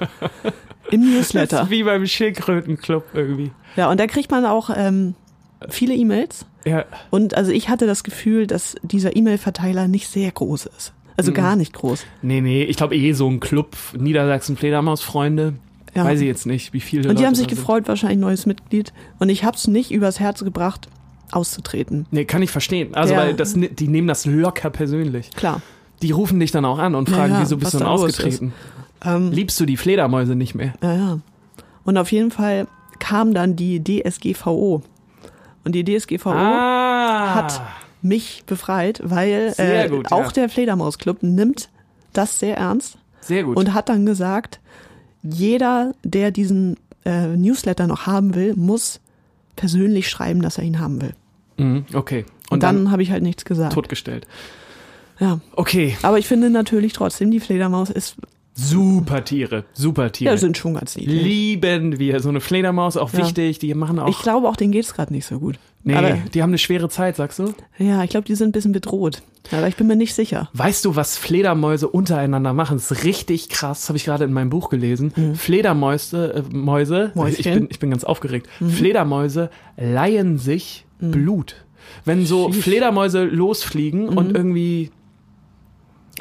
Speaker 3: Im
Speaker 2: Das
Speaker 3: Newsletter.
Speaker 2: ist wie beim Schildkrötenclub irgendwie.
Speaker 3: Ja, und da kriegt man auch ähm, viele E-Mails.
Speaker 2: Ja.
Speaker 3: Und also ich hatte das Gefühl, dass dieser E-Mail-Verteiler nicht sehr groß ist.
Speaker 2: Mhm.
Speaker 3: Also gar nicht groß.
Speaker 2: Nee, nee, ich glaube eh so ein Club Niedersachsen Fledermausfreunde.
Speaker 3: Ja.
Speaker 2: Weiß ich jetzt nicht, wie viele.
Speaker 3: Und die
Speaker 2: Leute
Speaker 3: haben sich
Speaker 2: da sind.
Speaker 3: gefreut, wahrscheinlich neues Mitglied. Und ich hab's nicht übers Herz gebracht, auszutreten.
Speaker 2: Nee, kann ich verstehen. Also,
Speaker 3: Ja.
Speaker 2: weil das, ne- die nehmen das locker persönlich.
Speaker 3: Klar.
Speaker 2: Die rufen dich dann auch an und fragen,
Speaker 3: Ja, ja,
Speaker 2: wieso bist du
Speaker 3: was
Speaker 2: denn
Speaker 3: da los Ähm,
Speaker 2: ausgetreten? Liebst du die Fledermäuse nicht mehr?
Speaker 3: Ja, ja. Und auf jeden Fall kam dann die DSGVO. Und die DSGVO
Speaker 2: Ah.
Speaker 3: oh, hat mich befreit, weil
Speaker 2: Sehr
Speaker 3: äh,
Speaker 2: gut,
Speaker 3: auch
Speaker 2: ja.
Speaker 3: der Fledermausclub nimmt das sehr ernst
Speaker 2: Sehr gut.
Speaker 3: und hat dann gesagt, jeder, der diesen äh, Newsletter noch haben will, muss persönlich schreiben, dass er ihn haben will.
Speaker 2: Mhm, okay. Und,
Speaker 3: Und
Speaker 2: dann,
Speaker 3: dann, habe ich halt nichts gesagt.
Speaker 2: totgestellt.
Speaker 3: Ja.
Speaker 2: Okay.
Speaker 3: Aber ich finde natürlich trotzdem, die Fledermaus ist,
Speaker 2: Super Tiere. Super Tiere.
Speaker 3: ja, sind schon ganz lieb.
Speaker 2: Lieben wir. So eine Fledermaus, auch
Speaker 3: Ja.
Speaker 2: wichtig. Die machen auch.
Speaker 3: Ich glaube auch, denen geht's gerade nicht so gut.
Speaker 2: nee,
Speaker 3: Aber
Speaker 2: die haben eine schwere Zeit, sagst du?
Speaker 3: ja, ich glaube, die sind ein bisschen bedroht. Aber ich bin mir nicht sicher.
Speaker 2: Weißt du, was Fledermäuse untereinander machen? Das ist richtig krass. Das habe ich gerade in meinem Buch gelesen. Fledermäuse, äh, Mäuse,
Speaker 3: Mhm. Mäuschen. Mhm.
Speaker 2: ich bin, ich bin ganz aufgeregt. Fledermäuse leihen sich Blut. Wenn so Fledermäuse losfliegen
Speaker 3: Mhm.
Speaker 2: und irgendwie,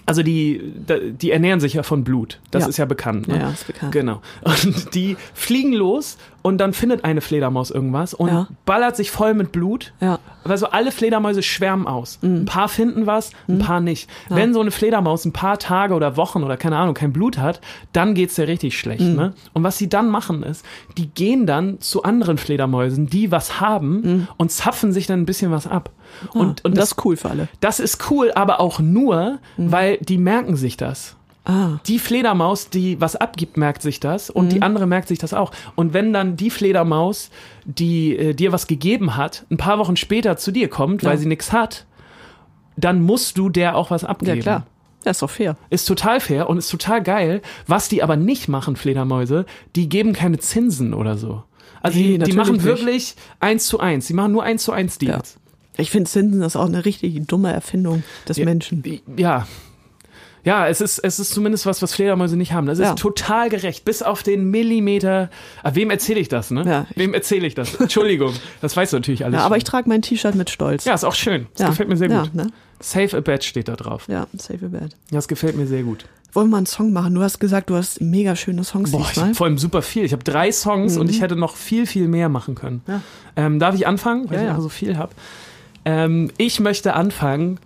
Speaker 2: also die, da- die ernähren sich ja von Blut. Das
Speaker 3: Ja.
Speaker 2: ist ja bekannt. Ne?
Speaker 3: Ja, ist bekannt.
Speaker 2: Genau. Und die fliegen los und dann findet eine Fledermaus irgendwas und
Speaker 3: Ja.
Speaker 2: ballert sich voll mit Blut.
Speaker 3: Ja.
Speaker 2: Also alle Fledermäuse schwärmen aus. Ein paar finden was, ein paar nicht. Wenn so eine Fledermaus ein paar Tage oder Wochen oder keine Ahnung kein Blut hat, dann geht's dir richtig schlecht. Ne? Und was sie dann machen ist, die gehen dann zu anderen Fledermäusen, die was haben und zapfen sich dann ein bisschen was ab. Mhm. Ah, Und, und das,
Speaker 3: ist cool für alle.
Speaker 2: das ist cool, aber auch nur, weil die merken sich das.
Speaker 3: Mhm. Ah, Mhm.
Speaker 2: Die Fledermaus, die was abgibt, merkt sich das und die andere merkt sich das auch. Und wenn dann die Fledermaus, die äh, dir was gegeben hat, ein paar Wochen später zu dir kommt, weil
Speaker 3: Ja.
Speaker 2: sie nichts hat, dann musst du der auch was
Speaker 3: ja
Speaker 2: abgeben.
Speaker 3: klar. Ja, ist doch fair.
Speaker 2: Ist total fair und ist total geil. Was die aber nicht machen, Fledermäuse, die geben keine Zinsen oder so. Also
Speaker 3: Nee,
Speaker 2: die, die
Speaker 3: natürlich
Speaker 2: machen
Speaker 3: nicht.
Speaker 2: wirklich eins zu eins. Die machen nur eins zu eins Deals.
Speaker 3: Ich finde Zinsen ist auch eine richtig dumme Erfindung des Menschen.
Speaker 2: Die- Ja. Ja, es ist, es ist zumindest was, was Fledermäuse nicht haben. Das
Speaker 3: Ja.
Speaker 2: ist total gerecht, bis auf den Millimeter. Ah, wem erzähle ich das, ne?
Speaker 3: Ja.
Speaker 2: Wem erzähle ich das? Entschuldigung, das weiß natürlich alles.
Speaker 3: Ja, aber
Speaker 2: schon.
Speaker 3: ich trage mein T-Shirt mit Stolz.
Speaker 2: ja, ist auch schön. Das
Speaker 3: Ja.
Speaker 2: gefällt mir sehr gut.
Speaker 3: Ja, ne?
Speaker 2: Save a Bed steht da drauf.
Speaker 3: ja safe your bad.
Speaker 2: Ja, das gefällt mir sehr gut.
Speaker 3: Wollen wir mal einen Song machen? Du hast gesagt, du hast mega schöne Songs
Speaker 2: Boah, ich
Speaker 3: diesmal.
Speaker 2: hab vor allem super viel. Ich habe drei Songs
Speaker 3: Mhm.
Speaker 2: und ich hätte noch viel, viel mehr machen können.
Speaker 3: Ja.
Speaker 2: Ähm, darf ich anfangen, weil
Speaker 3: Ja,
Speaker 2: ich
Speaker 3: ja.
Speaker 2: einfach so viel habe? Ähm, ich möchte anfangen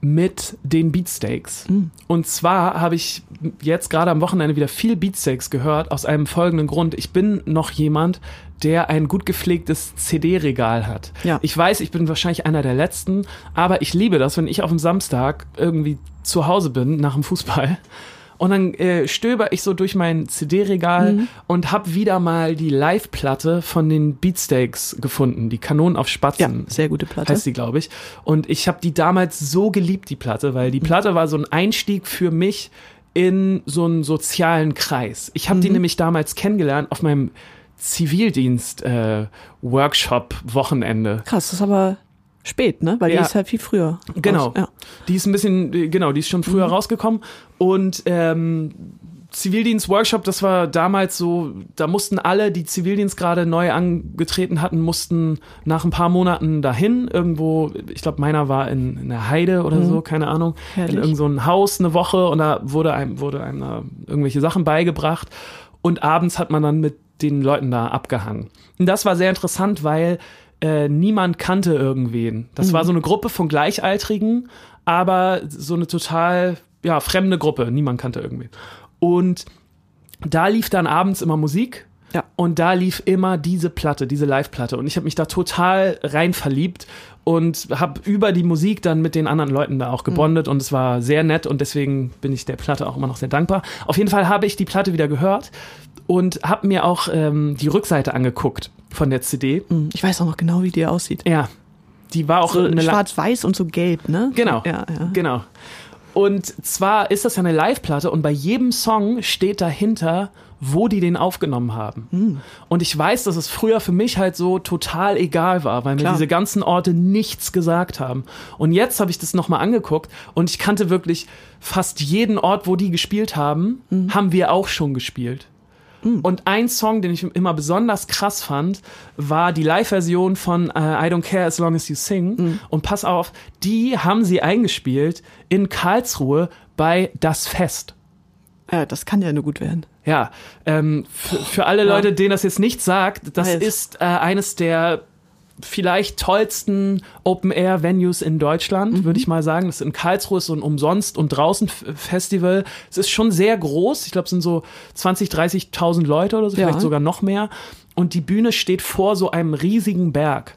Speaker 2: mit den Beatsteaks.
Speaker 3: Mm.
Speaker 2: Und zwar habe ich jetzt gerade am Wochenende wieder viel Beatsteaks gehört, aus einem folgenden Grund. Ich bin noch jemand, der ein gut gepflegtes CD-Regal hat.
Speaker 3: Ja.
Speaker 2: Ich weiß, ich bin wahrscheinlich einer der Letzten, aber ich liebe das, wenn ich auf dem Samstag irgendwie zu Hause bin nach dem Fußball und dann äh, stöber ich so durch mein CD-Regal
Speaker 3: Mhm.
Speaker 2: und hab wieder mal die Live-Platte von den Beatsteaks gefunden, die Kanonen auf
Speaker 3: ja,
Speaker 2: Spatzen.
Speaker 3: Ähm, sehr gute Platte.
Speaker 2: Heißt die, glaube ich. Und ich habe die damals so geliebt, die Platte, weil die
Speaker 3: Mhm.
Speaker 2: Platte war so ein Einstieg für mich in so einen sozialen Kreis. Ich habe die
Speaker 3: Mhm.
Speaker 2: nämlich damals kennengelernt auf meinem äh, Zivildienst-Workshop-Wochenende.
Speaker 3: Krass, das ist aber spät, ne? Weil
Speaker 2: Ja.
Speaker 3: die ist halt viel früher.
Speaker 2: Genau.
Speaker 3: raus. Ja. Mhm.
Speaker 2: Die ist ein bisschen, äh, genau, die ist schon früher rausgekommen. Und ähm, Zivildienst-Workshop, das war damals so, da mussten alle, die Zivildienst gerade neu angetreten hatten, mussten nach ein paar Monaten dahin. Irgendwo, ich glaube, meiner war in, in der Heide oder so, keine Ahnung.
Speaker 3: Herrlich.
Speaker 2: In irgendeinem so ein Haus eine Woche und da wurde einem, wurde einem da irgendwelche Sachen beigebracht. Und abends hat man dann mit den Leuten da abgehangen. Und das war sehr interessant, weil äh, niemand kannte irgendwen. Das war so eine Gruppe von Gleichaltrigen, aber so eine total ja, fremde Gruppe. Niemand kannte irgendwen. Und da lief dann abends immer Musik.
Speaker 3: Ja.
Speaker 2: Und da lief immer diese Platte, diese Live-Platte. Und ich habe mich da total rein verliebt und habe über die Musik dann mit den anderen Leuten da
Speaker 3: Mhm.
Speaker 2: auch gebondet. Und es war sehr nett und deswegen bin ich der Platte auch immer noch sehr dankbar. Auf jeden Fall habe ich die Platte wieder gehört und habe mir auch ähm, die Rückseite angeguckt von der CD.
Speaker 3: Hm, Ich weiß auch noch genau, wie die aussieht.
Speaker 2: Ja, die war auch
Speaker 3: So
Speaker 2: eine La-
Speaker 3: Schwarz-weiß und so gelb, ne?
Speaker 2: Genau.
Speaker 3: Ja, ja.
Speaker 2: Genau. Und zwar ist das ja eine Live-Platte und bei jedem Song steht dahinter, wo die den aufgenommen haben.
Speaker 3: Hm.
Speaker 2: Und ich weiß, dass es früher für mich halt so total egal war, weil mir
Speaker 3: Klar.
Speaker 2: diese ganzen Orte nichts gesagt haben. Und jetzt habe ich das nochmal angeguckt und ich kannte wirklich fast jeden Ort, wo die gespielt haben,
Speaker 3: Hm.
Speaker 2: haben wir auch schon gespielt. Und ein Song, den ich immer besonders krass fand, war die Live-Version von äh, I Don't Care As Long As You Sing. Und pass auf, die haben sie eingespielt in Karlsruhe bei Das Fest.
Speaker 3: Ja, das kann ja nur gut werden.
Speaker 2: Ja, ähm, für, für alle Leute, denen das jetzt nicht sagt, das
Speaker 3: Nice.
Speaker 2: ist äh, eines der vielleicht tollsten Open-Air-Venues in Deutschland, würde ich mal sagen. Das in Karlsruhe ist so ein Umsonst- und Draußen-Festival. Es ist schon sehr groß. Ich glaube, es sind so 20.000, 30.000 Leute oder so,
Speaker 3: Ja.
Speaker 2: vielleicht sogar noch mehr. Und die Bühne steht vor so einem riesigen Berg.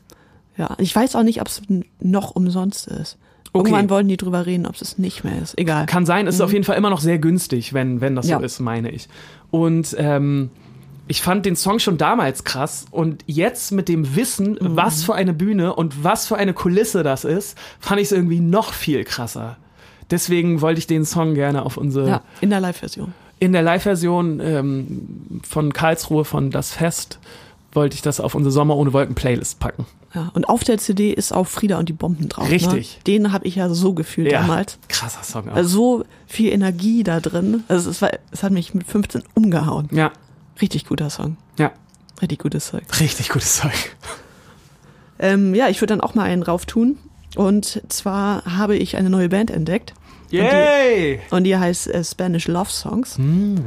Speaker 3: Ja, ich weiß auch nicht, ob es n- noch umsonst ist.
Speaker 2: Okay.
Speaker 3: Irgendwann wollten die drüber reden, ob es es nicht mehr ist. Egal.
Speaker 2: Kann sein, ist auf jeden Fall immer noch sehr günstig, wenn, wenn das
Speaker 3: Mhm. Ja.
Speaker 2: so ist, meine ich. Und ähm, ich fand den Song schon damals krass und jetzt mit dem Wissen,
Speaker 3: Mhm.
Speaker 2: was für eine Bühne und was für eine Kulisse das ist, fand ich es irgendwie noch viel krasser. Deswegen wollte ich den Song gerne auf unsere
Speaker 3: ja, in der Live-Version.
Speaker 2: in der Live-Version ähm, von Karlsruhe von Das Fest wollte ich das auf unsere Sommer ohne Wolken Playlist packen.
Speaker 3: Ja, und auf der CD ist auch Frieda und die Bomben drauf.
Speaker 2: Richtig.
Speaker 3: Ne? Den habe ich ja so gefühlt damals.
Speaker 2: krasser Song auch.
Speaker 3: Also so viel Energie da drin. Also es, war, es hat mich mit 15 umgehauen.
Speaker 2: ja,
Speaker 3: Richtig guter Song.
Speaker 2: ja,
Speaker 3: Richtig gutes Zeug.
Speaker 2: richtig gutes Zeug.
Speaker 3: Ähm, ja, ich würde dann auch mal einen rauf tun. Und zwar habe ich eine neue Band entdeckt.
Speaker 2: Yay!
Speaker 3: Und die heißt äh, Spanish Love Songs.
Speaker 2: Hm.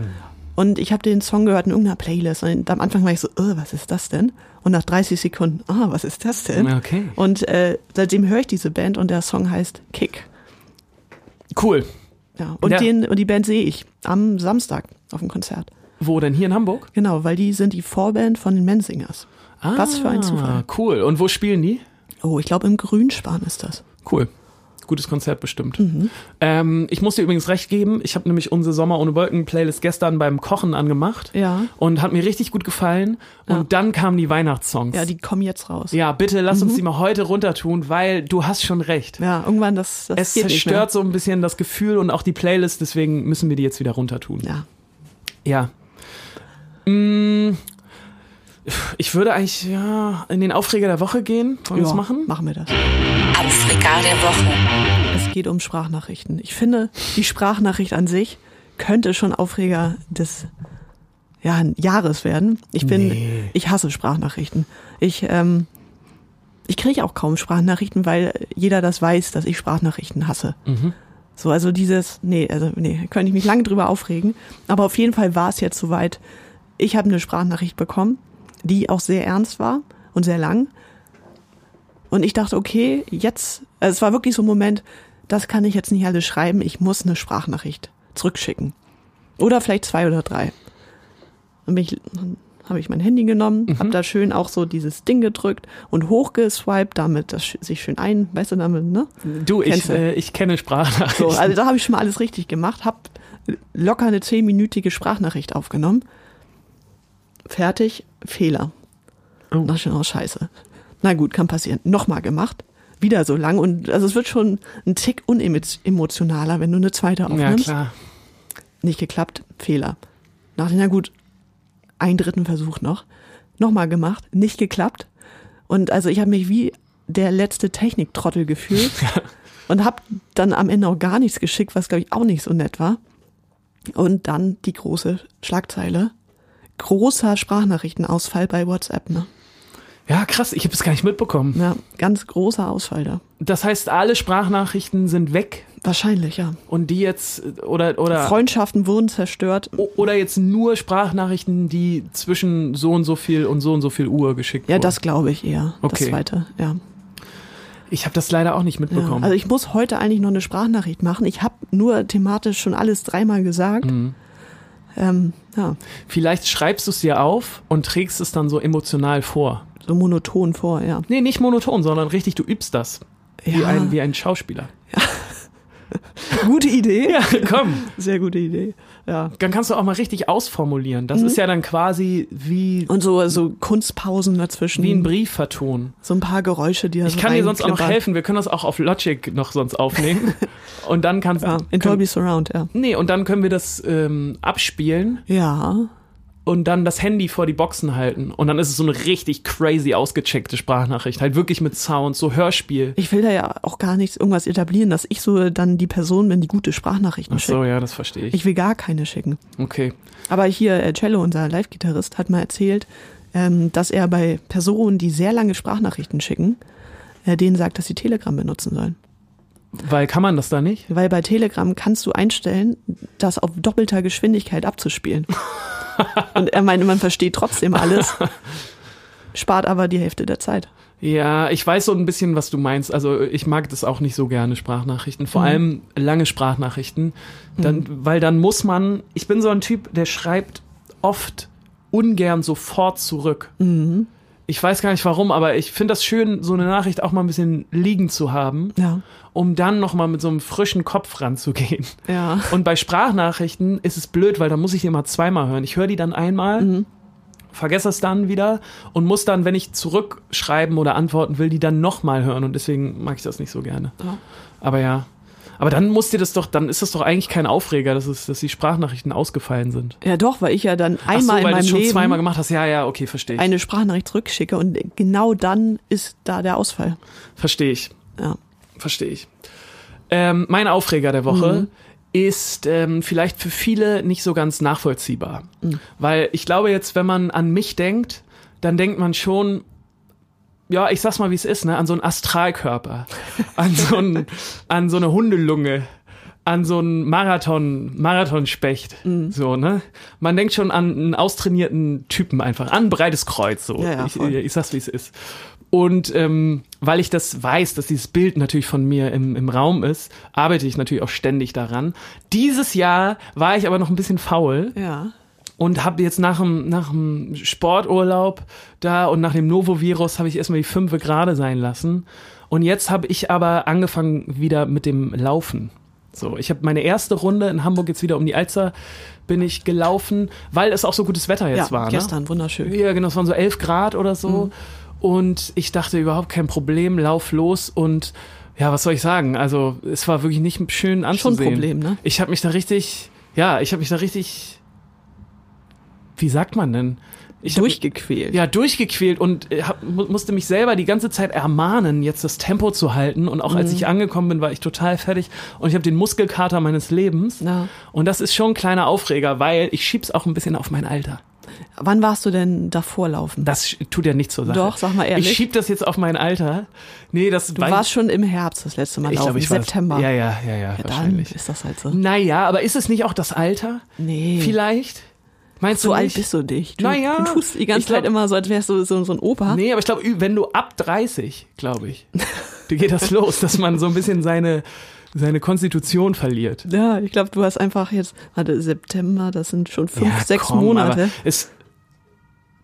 Speaker 3: Und ich habe den Song gehört in irgendeiner Playlist. Und am Anfang war ich so, äh, was ist das denn? Und nach 30 Sekunden, ah, was ist das denn?
Speaker 2: Okay.
Speaker 3: Und äh, seitdem höre ich diese Band und der Song heißt Kick.
Speaker 2: Cool.
Speaker 3: Ja. Und,
Speaker 2: Ja.
Speaker 3: Den, und die Band sehe ich am Samstag auf dem Konzert.
Speaker 2: Wo denn? Hier in Hamburg?
Speaker 3: Genau, weil die sind die Vorband von den Mensingers.
Speaker 2: Ah.
Speaker 3: Was für ein Zufall.
Speaker 2: Cool. Und wo spielen die?
Speaker 3: Oh, ich glaube im Grünspan ist das.
Speaker 2: Cool. Gutes Konzert bestimmt.
Speaker 3: Mhm.
Speaker 2: Ähm, ich muss dir übrigens recht geben. Ich habe nämlich unsere Sommer ohne Wolken Playlist gestern beim Kochen angemacht.
Speaker 3: Ja.
Speaker 2: Und hat mir richtig gut gefallen. Und dann kamen die Weihnachtssongs.
Speaker 3: Ja, die kommen jetzt raus.
Speaker 2: ja, bitte lass uns die mal heute runter tun, weil du hast schon recht.
Speaker 3: Ja, irgendwann das, das
Speaker 2: Es
Speaker 3: geht nicht mehr.
Speaker 2: zerstört so ein bisschen das Gefühl und auch die Playlist, deswegen müssen wir die jetzt wieder runter tun.
Speaker 3: Ja.
Speaker 2: Ja. Mm, Ich würde eigentlich ja, in den Aufreger der Woche gehen. Wollen wir
Speaker 3: Ja,
Speaker 2: das machen?
Speaker 3: Machen wir das.
Speaker 1: Aufreger der Woche.
Speaker 3: Es geht um Sprachnachrichten. Ich finde, die Sprachnachricht an sich könnte schon Aufreger des ja, Jahres werden. Ich bin,
Speaker 2: Nee.
Speaker 3: ich hasse Sprachnachrichten. Ich, ähm, ich kriege auch kaum Sprachnachrichten, weil jeder das weiß, dass ich Sprachnachrichten hasse. So, also dieses, nee, also nee, könnte ich mich lange drüber aufregen. Aber auf jeden Fall war es jetzt soweit. Ich habe eine Sprachnachricht bekommen, die auch sehr ernst war und sehr lang. Und ich dachte, okay, jetzt, also es war wirklich so ein Moment, das kann ich jetzt nicht alles schreiben, ich muss eine Sprachnachricht zurückschicken. Oder vielleicht zwei oder drei. Dann bin ich, dann habe ich mein Handy genommen, habe da schön auch so dieses Ding gedrückt und hochgeswiped, damit das sch- sich schön ein, weißt du, damit, ne?
Speaker 2: Du, ich,
Speaker 3: Kennst du?
Speaker 2: äh, ich kenne Sprachnachrichten.
Speaker 3: So, also da habe ich schon mal alles richtig gemacht, habe locker eine zehnminütige Sprachnachricht aufgenommen. Fertig, Fehler.
Speaker 2: Oh.
Speaker 3: Na schön, oh scheiße. Na gut, kann passieren. Nochmal gemacht, wieder so lang und also es wird schon ein Tick unemotionaler, wenn du eine zweite
Speaker 2: ja,
Speaker 3: aufnimmst.
Speaker 2: klar.
Speaker 3: Nicht geklappt, Fehler. Nach na gut, einen dritten Versuch noch. Nochmal gemacht, nicht geklappt. Und also ich habe mich wie der letzte Techniktrottel gefühlt und habe dann am Ende auch gar nichts geschickt, was glaube ich auch nicht so nett war. Und dann die große Schlagzeile. Großer Sprachnachrichtenausfall bei WhatsApp, ne?
Speaker 2: Ja, krass, ich habe es gar nicht mitbekommen.
Speaker 3: Ja, ganz großer Ausfall da.
Speaker 2: Das heißt, alle Sprachnachrichten sind weg.
Speaker 3: Wahrscheinlich, ja.
Speaker 2: und die jetzt äh, oder oder
Speaker 3: Freundschaften wurden zerstört.
Speaker 2: o- oder jetzt nur Sprachnachrichten, die zwischen so und so viel und so und so viel Uhr geschickt
Speaker 3: Ja,
Speaker 2: wurden.
Speaker 3: das glaube ich eher.
Speaker 2: Oh. Okay.
Speaker 3: Das zweite, ja.
Speaker 2: Ich habe das leider auch nicht
Speaker 3: ja.
Speaker 2: mitbekommen.
Speaker 3: Also ich muss heute eigentlich noch eine Sprachnachricht machen. Ich habe nur thematisch schon alles dreimal gesagt.
Speaker 2: Mhm.
Speaker 3: Ähm, ja,
Speaker 2: Vielleicht schreibst du es dir auf und trägst es dann so emotional vor.
Speaker 3: so monoton vor, ja.
Speaker 2: Nee, nicht monoton, sondern richtig, du übst das. Wie,
Speaker 3: ja.
Speaker 2: ein, wie ein Schauspieler.
Speaker 3: <laughs> gute Idee.
Speaker 2: Ja, komm.
Speaker 3: Sehr gute Idee. Ja.
Speaker 2: Dann kannst du auch mal richtig ausformulieren.
Speaker 3: Mhm.
Speaker 2: Das ist ja dann quasi wie,
Speaker 3: Und so, so Kunstpausen dazwischen.
Speaker 2: wie ein Brief vertonen.
Speaker 3: so ein paar Geräusche, die da
Speaker 2: Ich
Speaker 3: so
Speaker 2: kann dir sonst auch noch
Speaker 3: reinklimpern.
Speaker 2: helfen. Wir können das auch auf Logic noch sonst aufnehmen. Und dann kannst
Speaker 3: Ja, in
Speaker 2: können,
Speaker 3: Dolby Surround, ja.
Speaker 2: Nee, und dann können wir das ähm, abspielen
Speaker 3: Ja.
Speaker 2: und dann das Handy vor die Boxen halten. Und dann ist es so eine richtig crazy ausgecheckte Sprachnachricht. Halt wirklich mit Sound, so Hörspiel.
Speaker 3: Ich will da ja auch gar nichts irgendwas etablieren, dass ich so dann die Person bin, die gute Sprachnachrichten
Speaker 2: Ach
Speaker 3: schickt.
Speaker 2: so, ja, das verstehe ich.
Speaker 3: Ich will gar keine schicken.
Speaker 2: Okay.
Speaker 3: Aber hier äh, Cello, unser Live-Gitarrist, hat mal erzählt, ähm, dass er bei Personen, die sehr lange Sprachnachrichten schicken, äh, denen sagt, dass sie Telegram benutzen sollen.
Speaker 2: Weil kann man das da nicht?
Speaker 3: Weil bei Telegram kannst du einstellen, das auf doppelter
Speaker 2: <laughs>
Speaker 3: Geschwindigkeit abzuspielen. Und er meinte, man versteht trotzdem alles, spart aber die Hälfte der Zeit.
Speaker 2: Ja, ich weiß so ein bisschen, was du meinst. Also ich mag das auch nicht so gerne, Sprachnachrichten. Vor allem lange Sprachnachrichten. Dann, Weil dann muss man, ich bin so ein Typ, der schreibt oft ungern sofort zurück. Ich weiß gar nicht warum, aber ich finde das schön, so eine Nachricht auch mal ein bisschen liegen zu haben,
Speaker 3: Ja.
Speaker 2: um dann nochmal mit so einem frischen Kopf ranzugehen.
Speaker 3: Ja.
Speaker 2: Und bei Sprachnachrichten ist es blöd, weil da muss ich die immer zweimal hören. Ich höre die dann einmal,
Speaker 3: Mhm.
Speaker 2: vergesse es dann wieder und muss dann, wenn ich zurückschreiben oder antworten will, die dann nochmal hören. Und deswegen mag ich das nicht so gerne.
Speaker 3: Ja.
Speaker 2: Aber ja. Aber dann muss dir das doch, dann ist das doch eigentlich kein Aufreger, dass, es, dass die Sprachnachrichten ausgefallen sind.
Speaker 3: Ja, doch, weil ich ja dann
Speaker 2: Ach
Speaker 3: einmal
Speaker 2: so,
Speaker 3: in
Speaker 2: weil du
Speaker 3: meinem
Speaker 2: es schon
Speaker 3: Leben
Speaker 2: zweimal gemacht hast. Ja, ja, okay, verstehe ich.
Speaker 3: eine Sprachnachricht zurückschicke und genau dann ist da der Ausfall.
Speaker 2: Verstehe ich.
Speaker 3: Ja.
Speaker 2: Verstehe ich. Ähm, mein Aufreger der Woche ist ähm, vielleicht für viele nicht so ganz nachvollziehbar. Weil ich glaube jetzt, wenn man an mich denkt, dann denkt man schon, ja, ich sag's mal, wie es ist, ne? An so einen Astralkörper, an so, einen, an so eine Hundelunge, an so einen Marathon, Marathonspecht.
Speaker 3: Mhm.
Speaker 2: So, ne? Man denkt schon an einen austrainierten Typen einfach, an ein breites Kreuz. So.
Speaker 3: Ja, ja,
Speaker 2: ich,
Speaker 3: voll.
Speaker 2: ich sag's, wie es ist. Und ähm, weil ich das weiß, dass dieses Bild natürlich von mir im, im Raum ist, arbeite ich natürlich auch ständig daran. Dieses Jahr war ich aber noch ein bisschen faul
Speaker 3: Ja.
Speaker 2: und habe jetzt nach dem, nach dem Sporturlaub da und nach dem Novovirus habe ich erstmal die Fünfe gerade sein lassen. Und jetzt habe ich aber angefangen wieder mit dem Laufen. So, ich habe meine erste Runde in Hamburg jetzt wieder um die Alster bin ich gelaufen, weil es auch so gutes Wetter jetzt
Speaker 3: ja,
Speaker 2: war. Ne?
Speaker 3: gestern, wunderschön.
Speaker 2: Ja, genau, es waren so 11 Grad oder so.
Speaker 3: Mhm.
Speaker 2: Und ich dachte überhaupt kein Problem, lauf los und ja, was soll ich sagen? Also, es war wirklich nicht schön anzusehen.
Speaker 3: Problem, ne?
Speaker 2: Ich habe mich da richtig, ja, ich habe mich da richtig, wie sagt man denn? Ich hab-
Speaker 3: Durchgequält.
Speaker 2: ja, durchgequält und äh, hab, mu- musste mich selber die ganze Zeit ermahnen, jetzt das Tempo zu halten. Und auch
Speaker 3: Mhm.
Speaker 2: als ich angekommen bin, war ich total fertig und ich habe den Muskelkater meines Lebens.
Speaker 3: Ja.
Speaker 2: Und das ist schon ein kleiner Aufreger, weil ich schieb's auch ein bisschen auf mein Alter.
Speaker 3: Wann warst du denn davor laufen?
Speaker 2: Das sch- tut ja nichts zur Sache.
Speaker 3: Doch, sag mal ehrlich.
Speaker 2: Ich schieb das jetzt auf mein Alter. Nee, das
Speaker 3: du warst schon im Herbst das letzte Mal
Speaker 2: ich
Speaker 3: laufen,
Speaker 2: glaube, ich war-
Speaker 3: September.
Speaker 2: Ja, ja, ja, ja,
Speaker 3: Ja, dann
Speaker 2: wahrscheinlich.
Speaker 3: ist das halt so.
Speaker 2: Naja, aber ist es nicht auch das Alter?
Speaker 3: Nee.
Speaker 2: Vielleicht? Meinst
Speaker 3: so
Speaker 2: du
Speaker 3: alt
Speaker 2: nicht?
Speaker 3: bist du nicht. Du
Speaker 2: Naja,
Speaker 3: tust die
Speaker 2: ich
Speaker 3: ganze
Speaker 2: glaub-
Speaker 3: Zeit immer so, als wärst du so, so ein Opa.
Speaker 2: Nee, aber ich glaube, wenn du ab 30, glaube
Speaker 3: <laughs>
Speaker 2: ich, da geht das los, dass man so ein bisschen seine, seine Konstitution verliert.
Speaker 3: Ja, ich glaube, du hast einfach jetzt, warte, September, das sind schon fünf,
Speaker 2: Ja,
Speaker 3: sechs
Speaker 2: komm,
Speaker 3: Monate.
Speaker 2: aber Es,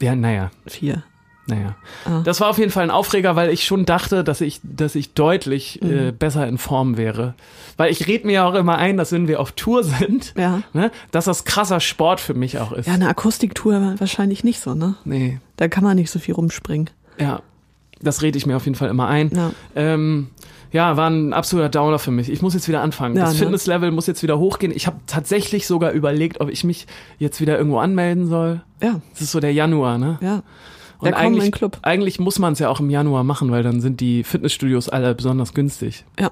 Speaker 2: ja, naja.
Speaker 3: Vier.
Speaker 2: Naja.
Speaker 3: Ah.
Speaker 2: Das war auf jeden Fall ein Aufreger, weil ich schon dachte, dass ich, dass ich deutlich äh,
Speaker 3: Mhm.
Speaker 2: besser in Form wäre. Weil ich rede mir ja auch immer ein, dass wenn wir auf Tour sind,
Speaker 3: Ja.
Speaker 2: ne, dass das krasser Sport für mich auch ist.
Speaker 3: Ja, eine Akustiktour wahrscheinlich nicht so, ne?
Speaker 2: Nee.
Speaker 3: Da kann man nicht so viel rumspringen.
Speaker 2: Ja. Das rede ich mir auf jeden Fall immer ein.
Speaker 3: Ja.
Speaker 2: Ähm, ja, war ein absoluter Downer für mich. Ich muss jetzt wieder anfangen.
Speaker 3: Ja,
Speaker 2: das
Speaker 3: ne?
Speaker 2: Fitnesslevel muss jetzt wieder hochgehen. Ich habe tatsächlich sogar überlegt, ob ich mich jetzt wieder irgendwo anmelden soll.
Speaker 3: Ja,
Speaker 2: Das ist so der Januar, ne?
Speaker 3: ja.
Speaker 2: Und
Speaker 3: kommen wir in den
Speaker 2: eigentlich,
Speaker 3: Club.
Speaker 2: eigentlich muss man es ja auch im Januar machen, weil dann sind die Fitnessstudios alle besonders günstig.
Speaker 3: Ja.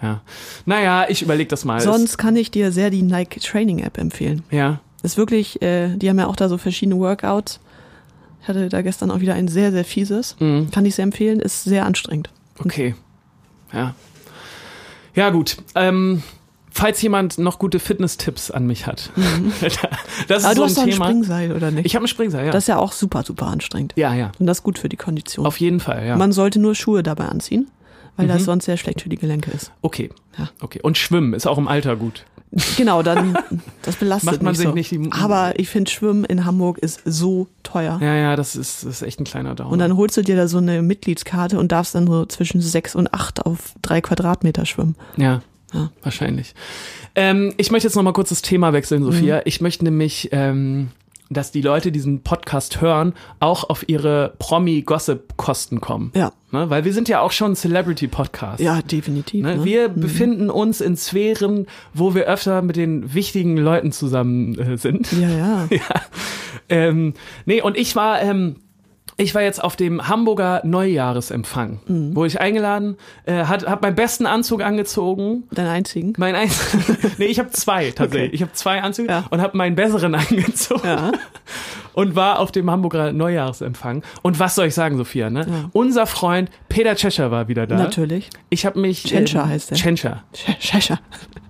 Speaker 2: Ja. Naja, ich überlege das mal.
Speaker 3: Sonst kann ich dir sehr die Nike Training App empfehlen.
Speaker 2: Es- ja.
Speaker 3: Ist wirklich, äh, die haben ja auch da so verschiedene Workouts. Ich hatte da gestern auch wieder ein sehr, sehr fieses.
Speaker 2: Mhm.
Speaker 3: Kann ich sehr empfehlen, ist sehr anstrengend.
Speaker 2: Okay. Ja. Ja, gut. Ähm, falls jemand noch gute Fitness-Tipps an mich hat. <laughs> das ist
Speaker 3: Mhm. Aber du
Speaker 2: so ein
Speaker 3: hast doch ein
Speaker 2: Thema.
Speaker 3: Springseil, oder nicht?
Speaker 2: ich habe einen Springseil, ja.
Speaker 3: das ist ja auch super, super anstrengend.
Speaker 2: ja, ja.
Speaker 3: Und das ist gut für die Kondition.
Speaker 2: Auf jeden Fall, Mhm. ja.
Speaker 3: Man sollte nur Schuhe dabei anziehen, weil das sonst sehr schlecht für die Gelenke ist.
Speaker 2: Okay.
Speaker 3: Ja.
Speaker 2: Okay. Und Schwimmen ist auch im Alter gut. <laughs>
Speaker 3: Genau, dann das belastet
Speaker 2: Macht man
Speaker 3: mich
Speaker 2: sich
Speaker 3: so.
Speaker 2: nicht die-
Speaker 3: Aber ich finde Schwimmen in Hamburg ist so teuer.
Speaker 2: Ja, ja, das ist, das ist echt ein kleiner Downer.
Speaker 3: Und dann holst du dir da so eine Mitgliedskarte und darfst dann so zwischen sechs und acht auf drei Quadratmeter schwimmen.
Speaker 2: Ja,
Speaker 3: Ja.
Speaker 2: wahrscheinlich. Ähm, ich möchte jetzt nochmal kurz das Thema wechseln,
Speaker 3: Mhm.
Speaker 2: Sophia. Ich möchte nämlich, ähm, dass die Leute die diesen Podcast hören, auch auf ihre Promi-Gossip-Kosten kommen.
Speaker 3: Ja,
Speaker 2: Ne? Weil wir sind ja auch schon ein Celebrity-Podcast.
Speaker 3: ja, definitiv.
Speaker 2: Ne?
Speaker 3: Ne?
Speaker 2: Wir befinden uns in Sphären, wo wir öfter mit den wichtigen Leuten zusammen äh, sind. <laughs>
Speaker 3: ja, ja.
Speaker 2: Ähm, nee, und ich war, ähm, ich war jetzt auf dem Hamburger Neujahresempfang,
Speaker 3: Mhm.
Speaker 2: wo ich eingeladen, äh, hat, hab meinen besten Anzug angezogen,
Speaker 3: Dein einzigen.
Speaker 2: mein eins. <laughs> nee, ich habe zwei tatsächlich.
Speaker 3: Okay.
Speaker 2: Ich habe zwei Anzüge
Speaker 3: Ja.
Speaker 2: und habe meinen besseren <laughs> angezogen
Speaker 3: Ja.
Speaker 2: und war auf dem Hamburger Neujahresempfang. Und was soll ich sagen, Sophia? Ne? Unser Freund Peter Tschescher war wieder da.
Speaker 3: Natürlich.
Speaker 2: Ich habe mich. äh,
Speaker 3: Tschentscher heißt er.
Speaker 2: Tschentscher.
Speaker 3: Sch- Schäscher.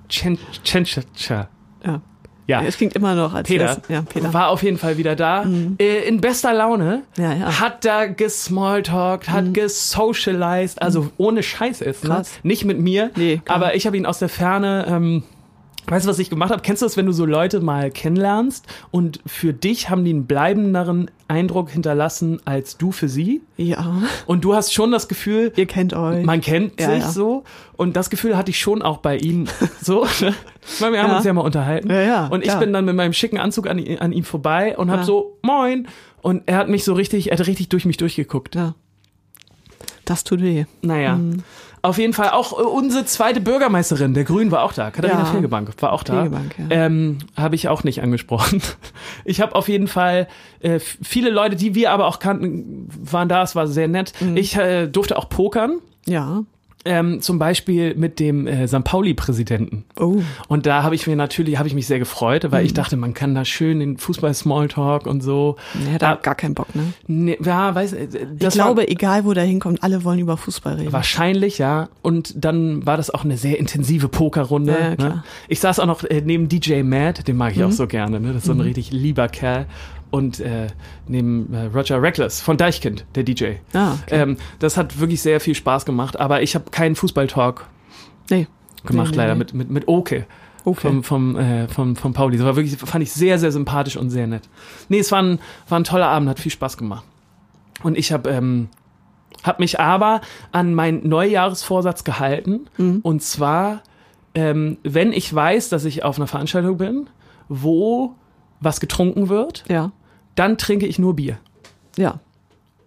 Speaker 2: Tschen- Tschentscher.
Speaker 3: Ja.
Speaker 2: Ja.
Speaker 3: Es klingt immer noch als
Speaker 2: Peter,
Speaker 3: wär's- Ja, Peter. Mhm.
Speaker 2: war auf jeden Fall wieder da, äh, in bester Laune,
Speaker 3: Ja, ja. Mhm.
Speaker 2: hat da gesmalltalkt, hat gesocialized, also ohne Scheiß jetzt, ne?
Speaker 3: Krass.
Speaker 2: nicht mit mir,
Speaker 3: Nee, klar.
Speaker 2: aber ich habe ihn aus der Ferne, ähm, weißt du, was ich gemacht habe? Kennst du das, wenn du so Leute mal kennenlernst und für dich haben die einen bleibenderen Eindruck hinterlassen als du für sie
Speaker 3: ja.
Speaker 2: und du hast schon das Gefühl,
Speaker 3: Ihr kennt euch.
Speaker 2: man kennt
Speaker 3: Ja,
Speaker 2: sich
Speaker 3: ja.
Speaker 2: so und das Gefühl hatte ich schon auch bei
Speaker 3: <laughs>
Speaker 2: ihm so. ne? Ich meine, wir haben
Speaker 3: Ja.
Speaker 2: uns ja mal unterhalten.
Speaker 3: Ja, ja,
Speaker 2: und ich
Speaker 3: klar.
Speaker 2: bin dann mit meinem schicken Anzug an, i- an ihm vorbei und hab
Speaker 3: Ja.
Speaker 2: so, moin. Und er hat mich so richtig, er hat richtig durch mich durchgeguckt.
Speaker 3: ja. Das tut weh.
Speaker 2: Naja.
Speaker 3: Mhm.
Speaker 2: Auf jeden Fall auch äh, unsere zweite Bürgermeisterin der Grünen war auch da. Katharina
Speaker 3: Ja.
Speaker 2: Fegebank war auch da.
Speaker 3: Fegebank, ja.
Speaker 2: ähm, habe ich auch nicht angesprochen. <laughs> Ich habe auf jeden Fall äh, f- viele Leute, die wir aber auch kannten, waren da. Es war sehr nett.
Speaker 3: Mhm.
Speaker 2: Ich äh, durfte auch pokern.
Speaker 3: Ja.
Speaker 2: Ähm, zum Beispiel mit dem äh, St. Pauli-Präsidenten.
Speaker 3: Oh.
Speaker 2: Und da habe ich mir natürlich, habe ich mich sehr gefreut, weil
Speaker 3: Hm.
Speaker 2: ich dachte, man kann da schön den Fußball-Smalltalk und so.
Speaker 3: Ja, da
Speaker 2: Ah,
Speaker 3: hab gar keinen Bock, ne?
Speaker 2: nee, ja, weiß, äh,
Speaker 3: Ich
Speaker 2: das
Speaker 3: glaube,
Speaker 2: war,
Speaker 3: egal wo der hinkommt, alle wollen über Fußball reden.
Speaker 2: Wahrscheinlich, ja. Und dann war das auch eine sehr intensive Pokerrunde.
Speaker 3: Ja, ja,
Speaker 2: ne?
Speaker 3: klar. Mhm.
Speaker 2: Ich saß auch noch äh, neben DJ Matt, den mag ich auch so gerne. Ne? Das ist so ein richtig lieber Kerl. Und äh, neben äh, Roger Reckless von Deichkind, der DJ.
Speaker 3: Ah, okay.
Speaker 2: ähm, das hat wirklich sehr viel Spaß gemacht, aber ich habe keinen Fußball-Talk
Speaker 3: nee.
Speaker 2: gemacht,
Speaker 3: Nee, nee,
Speaker 2: leider,
Speaker 3: nee.
Speaker 2: Mit, mit, mit Oke.
Speaker 3: Okay.
Speaker 2: Vom, vom, äh, vom, vom Pauli. Das war wirklich, fand ich sehr, sehr sympathisch und sehr nett. Nee, es war ein, war ein toller Abend, hat viel Spaß gemacht. Und ich habe ähm, hab mich aber an meinen Neujahresvorsatz gehalten.
Speaker 3: Mhm.
Speaker 2: Und zwar, ähm, wenn ich weiß, dass ich auf einer Veranstaltung bin, wo was getrunken wird,
Speaker 3: Ja.
Speaker 2: dann trinke ich nur Bier
Speaker 3: Ja.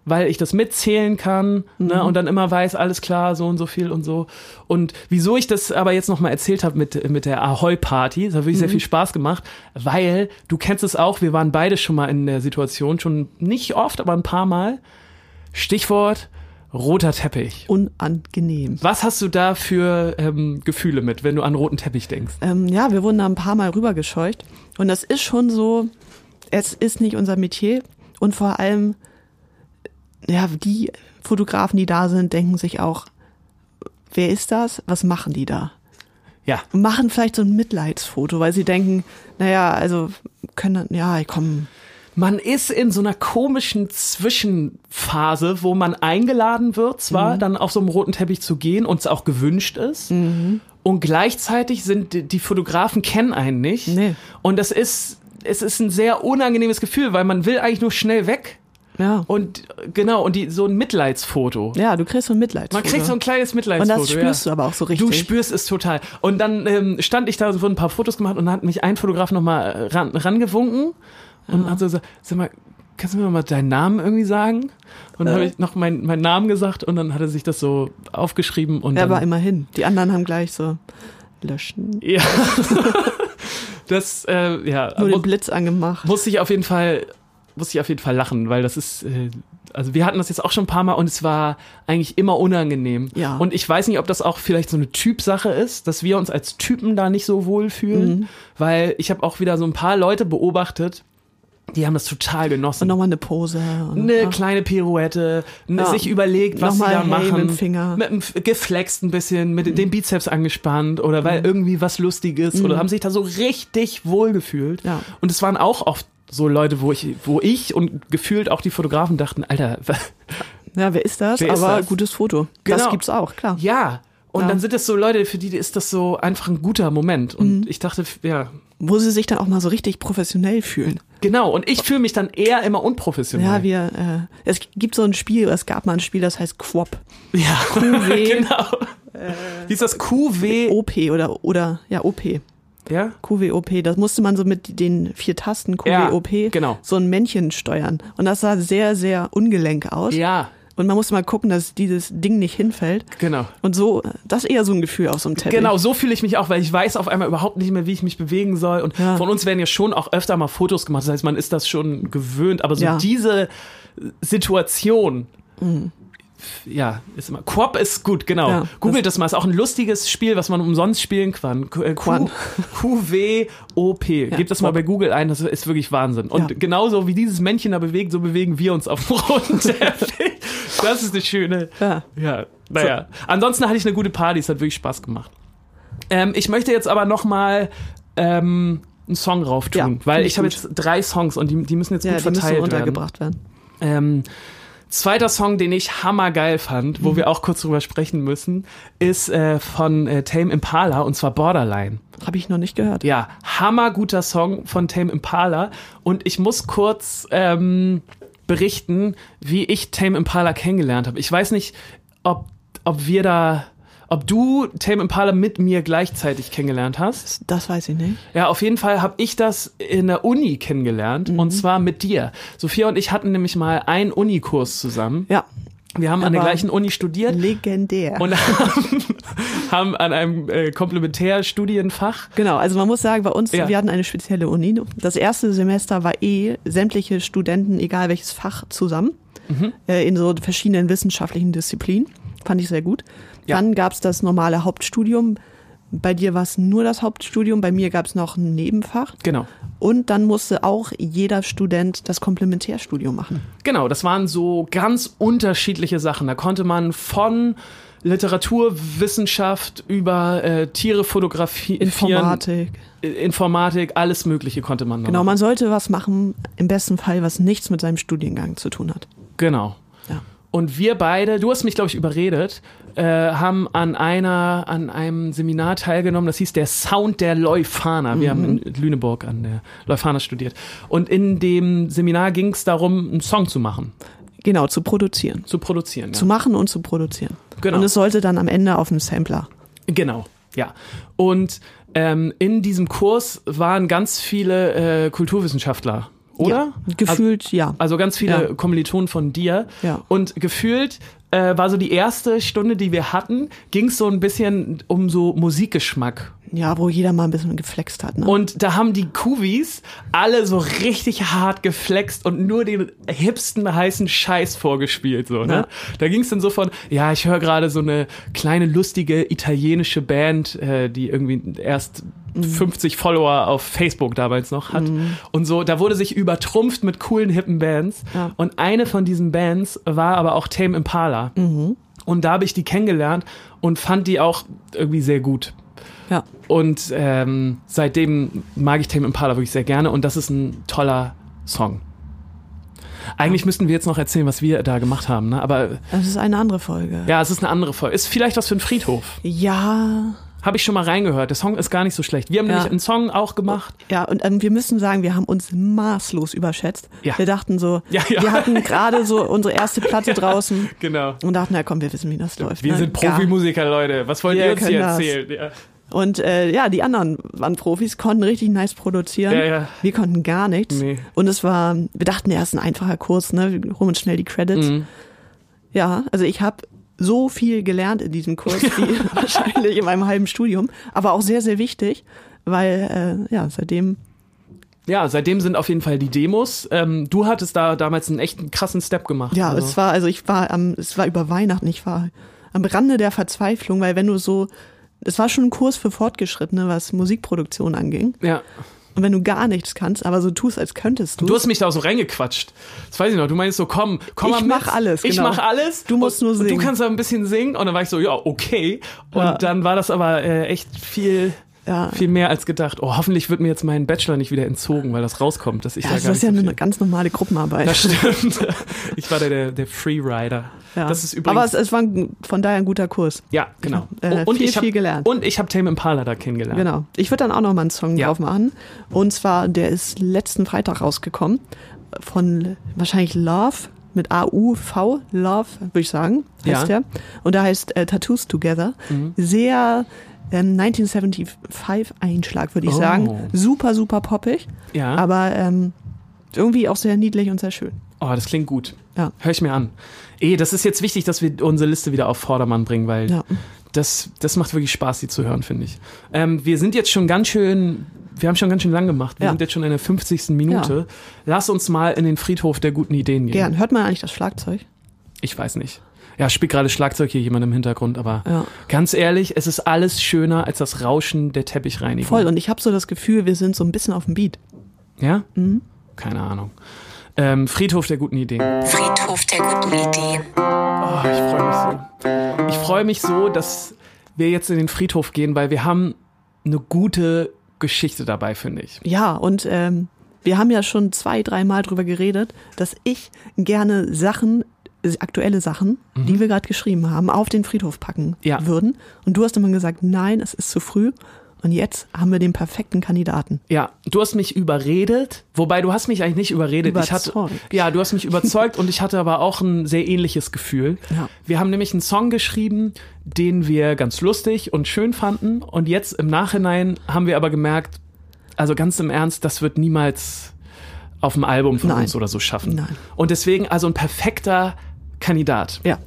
Speaker 2: weil ich das mitzählen kann ne, und dann immer weiß, alles klar, so und so viel und so. Und wieso ich das aber jetzt nochmal erzählt habe mit, mit der Ahoi-Party, das hat wirklich sehr viel Spaß gemacht, weil du kennst es auch, wir waren beide schon mal in der Situation, schon nicht oft, aber ein paar Mal. Stichwort roter Teppich.
Speaker 3: Unangenehm.
Speaker 2: Was hast du da für ähm, Gefühle mit, wenn du an roten Teppich denkst?
Speaker 3: Ähm, ja, wir wurden da ein paar Mal rübergescheucht. Und das ist schon so, es ist nicht unser Metier. Und vor allem, ja, die Fotografen, die da sind, denken sich auch, wer ist das? Was machen die da?
Speaker 2: Ja,
Speaker 3: Und machen vielleicht so ein Mitleidsfoto, weil sie denken, naja, also können, ja, komm,
Speaker 2: man ist in so einer komischen Zwischenphase, wo man eingeladen wird, zwar
Speaker 3: Mhm.
Speaker 2: dann auf so einem roten Teppich zu gehen und es auch gewünscht ist.
Speaker 3: Mhm.
Speaker 2: Und gleichzeitig sind die- die Fotografen kennen einen nicht.
Speaker 3: Nee.
Speaker 2: Und das ist, es ist ein sehr unangenehmes Gefühl, weil man will eigentlich nur schnell weg.
Speaker 3: ja.
Speaker 2: Und äh, genau, und die, so ein Mitleidsfoto.
Speaker 3: Ja, du kriegst so ein Mitleidsfoto.
Speaker 2: Man kriegt so ein kleines
Speaker 3: Und
Speaker 2: Mitleidsfoto.
Speaker 3: das spürst
Speaker 2: ja.
Speaker 3: du aber auch so richtig.
Speaker 2: Du spürst es total. Und dann ähm, stand ich da, so wurden ein paar Fotos gemacht und dann hat mich ein Fotograf nochmal ran, rangewunken und
Speaker 3: Ah.
Speaker 2: hat so gesagt, sag mal, kannst du mir mal deinen Namen irgendwie sagen? Und
Speaker 3: Äh.
Speaker 2: dann habe ich noch mein- meinen Namen gesagt und dann hat er sich das so aufgeschrieben und
Speaker 3: ja, aber
Speaker 2: dann,
Speaker 3: immerhin. Die anderen haben gleich so löschen,
Speaker 2: <laughs> ja. das äh, ja,
Speaker 3: nur den
Speaker 2: mu
Speaker 3: Blitz angemacht.
Speaker 2: musste ich auf jeden Fall musste ich auf jeden Fall lachen, weil das ist äh, also wir hatten das jetzt auch schon ein paar Mal und es war eigentlich immer unangenehm.
Speaker 3: Ja.
Speaker 2: Und ich weiß nicht, ob das auch vielleicht so eine Typsache ist, dass wir uns
Speaker 3: Mhm.
Speaker 2: als Typen da nicht so wohl fühlen, weil ich habe auch wieder so ein paar Leute beobachtet, Die haben das total genossen.
Speaker 3: Und nochmal eine Pose. Und
Speaker 2: eine
Speaker 3: ach,
Speaker 2: kleine Pirouette, n-
Speaker 3: Ja.
Speaker 2: sich überlegt, was sie
Speaker 3: Nochmal
Speaker 2: da
Speaker 3: hey
Speaker 2: machen.
Speaker 3: mit dem Finger. Mhm.
Speaker 2: Mit dem F- geflext ein bisschen, mit den Bizeps angespannt oder weil irgendwie was lustig ist oder haben sich da so richtig wohl gefühlt.
Speaker 3: Mhm. Ja.
Speaker 2: Und es waren auch oft so Leute, wo ich, wo ich und gefühlt auch die Fotografen dachten, Alter, <laughs> wa-
Speaker 3: ja, wer ist das?
Speaker 2: Wer ist
Speaker 3: Aber
Speaker 2: das?
Speaker 3: gutes Foto.
Speaker 2: Genau.
Speaker 3: Das gibt's auch, klar.
Speaker 2: ja. Und
Speaker 3: Ja.
Speaker 2: dann sind das so Leute, für die ist das so einfach ein guter Moment.
Speaker 3: Mhm.
Speaker 2: Und ich dachte, f- ja,
Speaker 3: Wo sie sich dann auch mal so richtig professionell fühlen.
Speaker 2: genau. Und ich fühle mich dann eher immer unprofessionell.
Speaker 3: Ja, wir, äh, es gibt so ein Spiel, es gab mal ein Spiel, das heißt Quop.
Speaker 2: <laughs> Ja,
Speaker 3: QW.
Speaker 2: <laughs> genau.
Speaker 3: Äh.
Speaker 2: Wie ist das? QW?
Speaker 3: OP oder, oder, ja, OP.
Speaker 2: Ja?
Speaker 3: QWOP, das musste man so mit den vier Tasten
Speaker 2: Ja,
Speaker 3: QWOP
Speaker 2: genau.
Speaker 3: so ein Männchen steuern. Und das sah sehr, sehr ungelenk aus.
Speaker 2: Ja,
Speaker 3: Und man musste mal gucken, dass dieses Ding nicht hinfällt.
Speaker 2: genau.
Speaker 3: Und so, das ist eher so ein Gefühl auf so einem Teppich.
Speaker 2: Genau, so fühle ich mich auch, weil ich weiß auf einmal überhaupt nicht mehr, wie ich mich bewegen soll. Und
Speaker 3: Ja.
Speaker 2: von uns werden ja schon auch öfter mal Fotos gemacht. Das heißt, man ist das schon gewöhnt. Aber so
Speaker 3: Ja. Mhm.
Speaker 2: diese Situation, ja, ist immer. Quop ist gut, genau.
Speaker 3: Ja,
Speaker 2: Googelt das, mal. Ist auch ein lustiges Spiel, was man umsonst spielen kann. Q- äh, Q-
Speaker 3: Quan.
Speaker 2: QWOP. Gebt das mal bei Google ein, das ist wirklich Wahnsinn. Und
Speaker 3: Ja.
Speaker 2: genauso wie dieses Männchen da bewegt, so bewegen wir uns auf dem
Speaker 3: <laughs>
Speaker 2: roten Teppich. Das ist eine schöne.
Speaker 3: Ja.
Speaker 2: Ja, naja. Ansonsten hatte ich eine gute Party, es hat wirklich Spaß gemacht. Ähm, ich möchte jetzt aber nochmal ähm, einen Song rauf tun,
Speaker 3: Ja, find
Speaker 2: weil
Speaker 3: ich
Speaker 2: ich habe
Speaker 3: gut.
Speaker 2: jetzt drei Songs und die, die müssen jetzt
Speaker 3: Ja,
Speaker 2: gut
Speaker 3: die müssen
Speaker 2: verteilt werden.
Speaker 3: untergebracht werden.
Speaker 2: Ähm, zweiter Song, den ich hammergeil fand,
Speaker 3: Mhm.
Speaker 2: wo wir auch kurz drüber sprechen müssen, ist äh, von äh, Tame Impala und zwar Borderline.
Speaker 3: Habe ich noch nicht gehört.
Speaker 2: Ja, hammerguter Song von Tame Impala. Und ich muss kurz ähm, berichten, wie ich Tame Impala kennengelernt habe. Ich weiß nicht, ob, ob wir da, ob du Tame Impala mit mir gleichzeitig kennengelernt hast.
Speaker 3: Das weiß ich nicht.
Speaker 2: Ja, auf jeden Fall habe ich das in der Uni kennengelernt
Speaker 3: Mhm.
Speaker 2: und zwar mit dir. Sophia und ich hatten nämlich mal einen Unikurs zusammen.
Speaker 3: Ja,
Speaker 2: Wir haben an der
Speaker 3: Aber-
Speaker 2: gleichen Uni studiert
Speaker 3: legendär. <laughs>
Speaker 2: und haben, haben an einem äh, Komplementärstudienfach
Speaker 3: genau, also man muss sagen, bei uns,
Speaker 2: Ja.
Speaker 3: wir hatten eine spezielle Uni. Das erste Semester war eh sämtliche Studenten, egal welches Fach, zusammen.
Speaker 2: Mhm.
Speaker 3: Äh, in so verschiedenen wissenschaftlichen Disziplinen. Fand ich sehr gut.
Speaker 2: Ja.
Speaker 3: Dann gab's das normale Hauptstudium. Bei dir war es nur das Hauptstudium, bei mir gab's noch ein Nebenfach.
Speaker 2: Genau.
Speaker 3: Und dann musste auch jeder Student das Komplementärstudium machen.
Speaker 2: Genau, das waren so ganz unterschiedliche Sachen. Da konnte man von Literaturwissenschaft über äh, Tiere fotografieren,
Speaker 3: Informatik.
Speaker 2: Informatik, alles Mögliche konnte man da
Speaker 3: Genau,
Speaker 2: machen.
Speaker 3: man sollte was machen, im besten Fall, was nichts mit seinem Studiengang zu tun hat.
Speaker 2: Genau.
Speaker 3: Ja.
Speaker 2: Und wir beide, du hast mich, glaube ich, überredet, äh, haben an einer, an einem Seminar teilgenommen, das hieß der Sound der Leuphana. Wir haben
Speaker 3: Mhm.
Speaker 2: in Lüneburg an der Leuphana studiert. Und in dem Seminar ging es darum, einen Song zu machen,
Speaker 3: Genau, zu produzieren.
Speaker 2: zu produzieren. Ja.
Speaker 3: Zu machen und zu produzieren.
Speaker 2: Genau.
Speaker 3: Und es sollte dann am Ende auf dem Sampler.
Speaker 2: Genau, ja. Und ähm, in diesem Kurs waren ganz viele äh, Kulturwissenschaftler, oder?
Speaker 3: Ja, gefühlt, ja.
Speaker 2: Also ganz viele
Speaker 3: Ja.
Speaker 2: Kommilitonen von dir.
Speaker 3: Ja.
Speaker 2: Und gefühlt äh, war so die erste Stunde, die wir hatten, ging es so ein bisschen um so Musikgeschmack.
Speaker 3: ja, wo jeder mal ein bisschen geflext hat. Ne?
Speaker 2: Und da haben die Kuvis alle so richtig hart geflext und nur den hipsten heißen Scheiß vorgespielt. So, ne?
Speaker 3: Ja.
Speaker 2: Da ging es dann so von, ja, ich höre gerade so eine kleine lustige italienische Band, äh, die irgendwie erst
Speaker 3: Mhm.
Speaker 2: 50 Follower auf Facebook damals noch hat. Und so, da wurde sich übertrumpft mit coolen, hippen Bands.
Speaker 3: Ja.
Speaker 2: Und eine von diesen Bands war aber auch Tame Impala.
Speaker 3: Mhm.
Speaker 2: Und da habe ich die kennengelernt und fand die auch irgendwie sehr gut.
Speaker 3: ja.
Speaker 2: Und ähm, seitdem mag ich Tame Impala wirklich sehr gerne und das ist ein toller Song. Eigentlich müssten wir jetzt noch erzählen, was wir da gemacht haben, ne? aber
Speaker 3: Das ist eine andere Folge.
Speaker 2: ja, es ist eine andere Folge. Ist vielleicht was für einen Friedhof.
Speaker 3: Ja,
Speaker 2: Habe ich schon mal reingehört. Der Song ist gar nicht so schlecht. Wir haben
Speaker 3: Ja.
Speaker 2: nämlich einen Song auch gemacht.
Speaker 3: ja, und ähm, wir müssen sagen, wir haben uns maßlos überschätzt.
Speaker 2: Ja.
Speaker 3: Wir dachten so,
Speaker 2: Ja, ja.
Speaker 3: wir hatten gerade so unsere erste Platte draußen
Speaker 2: Genau.
Speaker 3: und dachten, na komm, wir wissen, wie das läuft.
Speaker 2: Wir
Speaker 3: ne?
Speaker 2: sind
Speaker 3: Gar
Speaker 2: Profimusiker, Leute. Was wollt
Speaker 3: Wir
Speaker 2: ihr uns hier
Speaker 3: können das.
Speaker 2: erzählen? Ja.
Speaker 3: Und äh, ja, die anderen waren Profis, konnten richtig nice produzieren.
Speaker 2: Ja, ja.
Speaker 3: Wir konnten gar nichts.
Speaker 2: Nee.
Speaker 3: Und es war, wir dachten, ja, ist ein einfacher Kurs, ne? Wir holen uns schnell die Credits.
Speaker 2: Mhm.
Speaker 3: Ja, also ich habe so viel gelernt in
Speaker 2: <laughs>
Speaker 3: diesem Kurs, wie <laughs> wahrscheinlich in meinem halben Studium, aber auch sehr, sehr wichtig, weil äh, ja, seitdem
Speaker 2: ja, seitdem sind auf jeden Fall die Demos. Ähm, du hattest da damals einen echten krassen Step gemacht.
Speaker 3: Ja,
Speaker 2: Also-
Speaker 3: es war, also ich war am, es war über Weihnachten, ich war am Rande der Verzweiflung, weil wenn du so, es war schon ein Kurs für Fortgeschrittene, was Musikproduktion anging.
Speaker 2: ja.
Speaker 3: Und wenn du gar nichts kannst, aber so tust, als könntest du.
Speaker 2: Du hast mich da auch so reingequatscht. Das weiß ich noch. Du meinst so, komm, komm
Speaker 3: Ich
Speaker 2: mal mit.
Speaker 3: mach alles,
Speaker 2: Ich
Speaker 3: genau.
Speaker 2: mach alles.
Speaker 3: Du musst
Speaker 2: und,
Speaker 3: nur
Speaker 2: Und
Speaker 3: singen.
Speaker 2: du kannst da ein bisschen singen. Und dann war ich so, ja, okay. Und
Speaker 3: Ja.
Speaker 2: dann war das aber äh, echt viel,
Speaker 3: Ja.
Speaker 2: viel mehr als gedacht. Oh, hoffentlich wird mir jetzt mein Bachelor nicht wieder entzogen, weil das rauskommt, dass ich
Speaker 3: ja,
Speaker 2: da
Speaker 3: das
Speaker 2: gar
Speaker 3: ist ja
Speaker 2: nicht so
Speaker 3: eine
Speaker 2: viel.
Speaker 3: ganz normale Gruppenarbeit.
Speaker 2: Das stimmt. <laughs> Ich war der, der, der Freerider.
Speaker 3: ja.
Speaker 2: Das ist übrigens.
Speaker 3: aber es, es war ein, von daher ein guter Kurs.
Speaker 2: ja, genau.
Speaker 3: Äh,
Speaker 2: und
Speaker 3: viel,
Speaker 2: ich hab,
Speaker 3: viel gelernt.
Speaker 2: Und ich habe Tame Impala da kennengelernt.
Speaker 3: Genau. Ich würde dann auch noch mal einen Song
Speaker 2: Ja.
Speaker 3: drauf machen. Und zwar, der ist letzten Freitag rausgekommen. Von wahrscheinlich Love mit A-U-V, Love, würde ich sagen, heißt
Speaker 2: Ja. Mhm.
Speaker 3: der. Und der heißt äh, Tattoos Together. Sehr ähm, 1975-Einschlag, würde ich
Speaker 2: Oh.
Speaker 3: sagen. Super, super poppig.
Speaker 2: Ja.
Speaker 3: Aber ähm, irgendwie auch sehr niedlich und sehr schön.
Speaker 2: Oh, das klingt gut.
Speaker 3: Ja.
Speaker 2: Hör ich mir an. Eh, das ist jetzt wichtig, dass wir unsere Liste wieder auf Vordermann bringen, weil
Speaker 3: Ja.
Speaker 2: das, das macht wirklich Spaß, die zu hören, finde ich. Ähm, wir sind jetzt schon ganz schön, wir haben schon ganz schön lang gemacht. Wir
Speaker 3: Ja.
Speaker 2: sind jetzt schon in der 50. Minute. Lass uns mal in den Friedhof der guten Ideen gehen.
Speaker 3: Gern. Hört man eigentlich das Schlagzeug?
Speaker 2: Ich weiß nicht. Ja, spielt gerade Schlagzeug hier jemand im Hintergrund, aber
Speaker 3: Ja.
Speaker 2: ganz ehrlich, es ist alles schöner als das Rauschen der Teppichreinigung.
Speaker 3: Voll. Und ich habe so das Gefühl, wir sind so ein bisschen auf dem Beat.
Speaker 2: Ja?
Speaker 3: Mhm.
Speaker 2: Keine Ahnung. Ähm, Friedhof der guten Ideen.
Speaker 1: Friedhof der guten Ideen.
Speaker 2: Oh, ich freue mich so. Ich freue mich so, dass wir jetzt in den Friedhof gehen, weil wir haben eine gute Geschichte dabei, finde ich.
Speaker 3: Ja, und ähm, wir haben ja schon zwei, dreimal drüber geredet, dass ich gerne Sachen, äh, aktuelle Sachen, die wir gerade geschrieben haben, auf den Friedhof packen
Speaker 2: Ja.
Speaker 3: würden. Und du hast immer gesagt, nein, es ist zu früh. Und jetzt haben wir den perfekten Kandidaten.
Speaker 2: Ja, du hast mich überredet, wobei du hast mich eigentlich nicht überredet. Ich hatte,
Speaker 3: Überzeugt.
Speaker 2: ja, du hast mich überzeugt und ich hatte aber auch ein sehr ähnliches Gefühl.
Speaker 3: Ja.
Speaker 2: Wir haben nämlich einen Song geschrieben, den wir ganz lustig und schön fanden und jetzt im Nachhinein haben wir aber gemerkt, also ganz im Ernst, das wird niemals auf dem Album von
Speaker 3: Nein.
Speaker 2: uns oder so schaffen.
Speaker 3: Nein.
Speaker 2: Und deswegen also ein perfekter Kandidat
Speaker 3: Ja.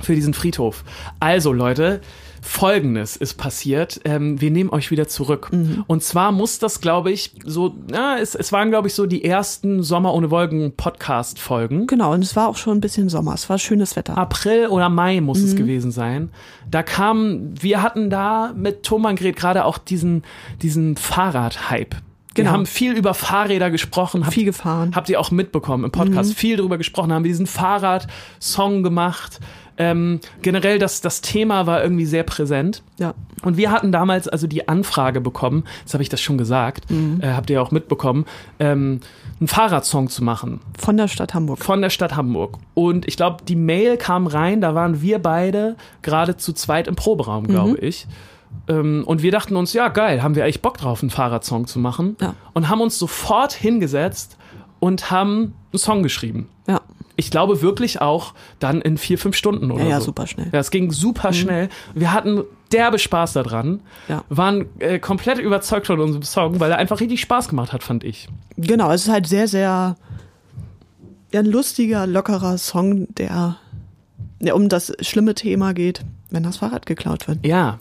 Speaker 2: für diesen Friedhof. Also Leute, Folgendes ist passiert. Ähm, wir nehmen euch wieder zurück. Und zwar muss das, glaube ich, so, na, es, es waren, glaube ich, so die ersten Sommer ohne Wolken Podcast-Folgen.
Speaker 3: Genau, und es war auch schon ein bisschen Sommer, es war schönes Wetter.
Speaker 2: April oder Mai muss
Speaker 3: Mhm.
Speaker 2: es gewesen sein. Da kamen, wir hatten da mit Tom und Gret gerade auch diesen, diesen Fahrrad-Hype. Wir
Speaker 3: Genau.
Speaker 2: haben viel über Fahrräder gesprochen. habt-
Speaker 3: Viel gefahren. Mhm.
Speaker 2: Habt ihr auch mitbekommen im Podcast. Viel darüber gesprochen. Haben wir diesen Fahrrad-Song gemacht. Ähm, generell, das, das Thema war irgendwie sehr präsent.
Speaker 3: Ja.
Speaker 2: Und wir hatten damals also die Anfrage bekommen, jetzt habe ich das schon gesagt,
Speaker 3: Mhm.
Speaker 2: äh, habt ihr ja auch mitbekommen, ähm, einen Fahrradsong zu machen
Speaker 3: Von der Stadt Hamburg.
Speaker 2: von der Stadt Hamburg. Und ich glaube, die Mail kam rein, da waren wir beide gerade zu zweit im Proberaum, glaube
Speaker 3: Mhm.
Speaker 2: ich. Ähm, und wir dachten uns, ja geil, haben wir eigentlich Bock drauf, einen Fahrradsong zu machen.
Speaker 3: Ja.
Speaker 2: Und haben uns sofort hingesetzt und haben einen Song geschrieben.
Speaker 3: Ja.
Speaker 2: Ich glaube wirklich auch dann in vier, fünf Stunden oder
Speaker 3: Ja, ja,
Speaker 2: so.
Speaker 3: super schnell. Mhm.
Speaker 2: Ja, es ging super schnell. Wir hatten derbe Spaß daran,
Speaker 3: Ja.
Speaker 2: waren äh, komplett überzeugt von unserem Song, weil er einfach richtig Spaß gemacht hat, fand ich.
Speaker 3: Genau, es ist halt sehr, sehr ja, ein lustiger, lockerer Song, der, der um das schlimme Thema geht, wenn das Fahrrad geklaut wird.
Speaker 2: Ja,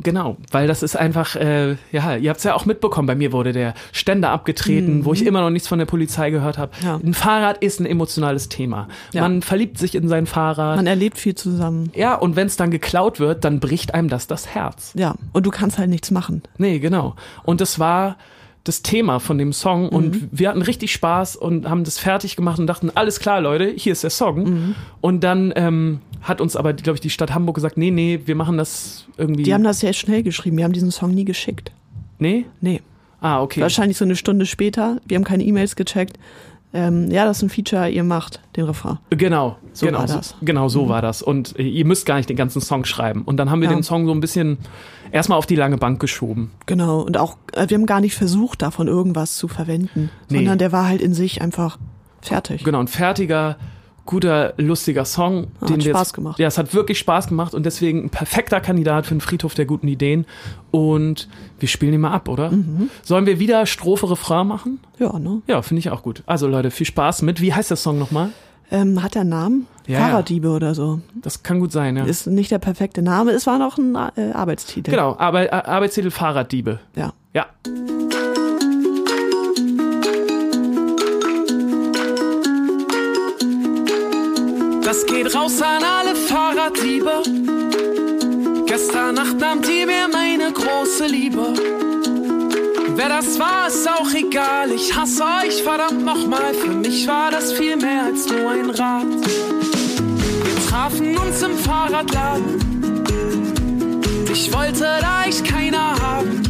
Speaker 2: genau, weil das ist einfach, äh, ja, ihr habt es ja auch mitbekommen, bei mir wurde der Ständer abgetreten, wo ich immer noch nichts von der Polizei gehört habe.
Speaker 3: Mhm. Ja.
Speaker 2: Ein Fahrrad ist ein emotionales Thema.
Speaker 3: Ja.
Speaker 2: Man verliebt sich in sein Fahrrad.
Speaker 3: Man erlebt viel zusammen.
Speaker 2: ja, und wenn es dann geklaut wird, dann bricht einem das das Herz.
Speaker 3: Ja, und du kannst halt nichts machen.
Speaker 2: Nee, genau. Und das war das Thema von dem Song
Speaker 3: Mhm.
Speaker 2: und wir hatten richtig Spaß und haben das fertig gemacht und dachten, alles klar, Leute, hier ist der Song.
Speaker 3: Mhm.
Speaker 2: Und dann ähm, hat uns aber, glaube ich, die Stadt Hamburg gesagt, nee, nee, wir machen das irgendwie.
Speaker 3: Die haben das sehr schnell geschrieben, die haben diesen Song nie geschickt.
Speaker 2: nee?
Speaker 3: Nee.
Speaker 2: Ah, okay.
Speaker 3: Wahrscheinlich so eine Stunde später, wir haben keine E-Mails gecheckt. Ähm, ja, das ist ein Feature, ihr macht den Refrain.
Speaker 2: Genau,
Speaker 3: So
Speaker 2: genau,
Speaker 3: war
Speaker 2: so-
Speaker 3: das. Mhm.
Speaker 2: Genau so war das. Und äh, ihr müsst gar nicht den ganzen Song schreiben. Und dann haben wir
Speaker 3: Ja.
Speaker 2: den Song so ein bisschen erstmal auf die lange Bank geschoben.
Speaker 3: Genau, und auch, äh, wir haben gar nicht versucht, davon irgendwas zu verwenden,
Speaker 2: Nee.
Speaker 3: sondern der war halt in sich einfach fertig.
Speaker 2: Genau, ein fertiger, guter, lustiger Song.
Speaker 3: Ja, hat
Speaker 2: wir
Speaker 3: Spaß
Speaker 2: jetzt,
Speaker 3: gemacht.
Speaker 2: Ja, es hat wirklich Spaß gemacht und deswegen ein perfekter Kandidat für den Friedhof der guten Ideen. Und wir spielen ihn mal ab, oder?
Speaker 3: Mhm.
Speaker 2: Sollen wir wieder Strophe Refrain machen?
Speaker 3: Ja, ne?
Speaker 2: Ja, finde ich auch gut. Also Leute, viel Spaß mit. Wie heißt der Song nochmal?
Speaker 3: Ähm, hat er einen Namen?
Speaker 2: Ja,
Speaker 3: Fahrraddiebe oder so.
Speaker 2: Das kann gut sein, ja.
Speaker 3: Ist nicht der perfekte Name, es war noch ein äh, Arbeitstitel.
Speaker 2: genau, Arbeit, Ar- Arbeitstitel Fahrraddiebe.
Speaker 3: Ja.
Speaker 2: Ja, Das geht raus an alle Fahrradliebe. Gestern Nacht nahm die mir meine große Liebe.
Speaker 4: Wer das war, ist auch egal. Ich hasse euch, verdammt nochmal. Für mich war das viel mehr als nur ein Rat. Wir trafen uns im Fahrradladen. Ich wollte da ich keiner haben.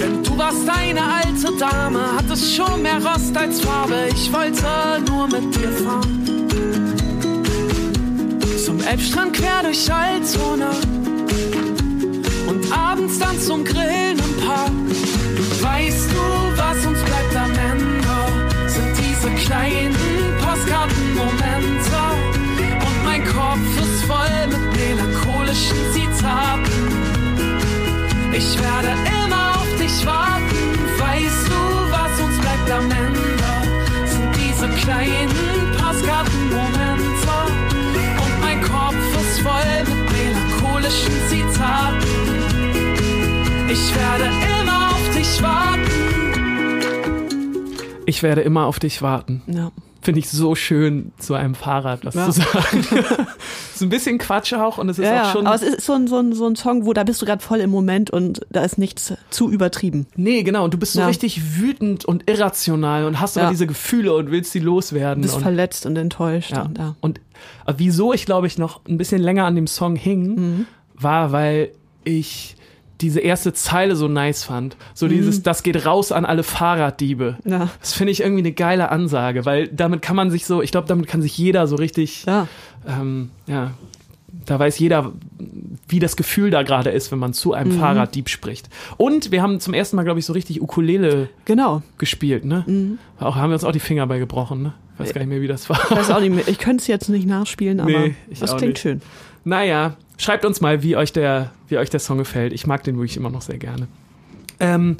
Speaker 4: Denn du warst eine alte Dame, hattest schon mehr Rost als Farbe. Ich wollte nur mit dir fahren. Zum Elbstrand quer durch Altona und abends dann zum Grillen im Park. Weißt du, was uns bleibt am Ende? Sind diese kleinen Postkartenmomente. Und mein Kopf ist voll mit melancholischen Zitaten. Ich werde immer auf dich warten. Weißt du, was uns bleibt am Ende? Sind diese kleinen Postkartenmomente. Und mein Kopf ist voll mit melancholischen Zitaten. Ich werde immer auf dich warten.
Speaker 2: Ich werde immer auf dich warten.
Speaker 3: Ja.
Speaker 2: Finde ich so schön, zu einem Fahrrad was
Speaker 3: Ja.
Speaker 2: zu sagen. <laughs> ist ein bisschen Quatsch auch und es ist
Speaker 3: Ja,
Speaker 2: auch schon.
Speaker 3: aber es ist so ein, so, ein, so ein Song, wo da bist du gerade voll im Moment und da ist nichts zu übertrieben.
Speaker 2: nee, genau. Und du bist so
Speaker 3: Ja.
Speaker 2: richtig wütend und irrational und hast aber
Speaker 3: Ja.
Speaker 2: diese Gefühle und willst sie loswerden.
Speaker 3: Du bist
Speaker 2: und
Speaker 3: verletzt und enttäuscht.
Speaker 2: Ja.
Speaker 3: Und, ja.
Speaker 2: Und äh, wieso ich, glaube ich, noch ein bisschen länger an dem Song hing,
Speaker 3: Mhm.
Speaker 2: war, weil ich diese erste Zeile so nice fand. So
Speaker 3: Mhm.
Speaker 2: dieses, das geht raus an alle Fahrraddiebe.
Speaker 3: Ja.
Speaker 2: Das finde ich irgendwie eine geile Ansage, weil damit kann man sich so, ich glaube, damit kann sich jeder so richtig,
Speaker 3: Ja.
Speaker 2: ähm, ja, da weiß jeder, wie das Gefühl da gerade ist, wenn man zu einem
Speaker 3: Mhm.
Speaker 2: Fahrraddieb spricht. Und wir haben zum ersten Mal, glaube ich, so richtig Ukulele
Speaker 3: Genau.
Speaker 2: gespielt, ne? Auch haben wir uns auch die Finger bei gebrochen, ne? Weiß gar nicht mehr, wie das war. <laughs>
Speaker 3: Ich weiß auch nicht mehr. Ich könnte es jetzt nicht nachspielen, aber
Speaker 2: Nee, ich
Speaker 3: das
Speaker 2: auch
Speaker 3: klingt
Speaker 2: nicht.
Speaker 3: schön.
Speaker 2: Naja, schreibt uns mal, wie euch der, wie euch der Song gefällt. Ich mag den wirklich immer noch sehr gerne. Ähm,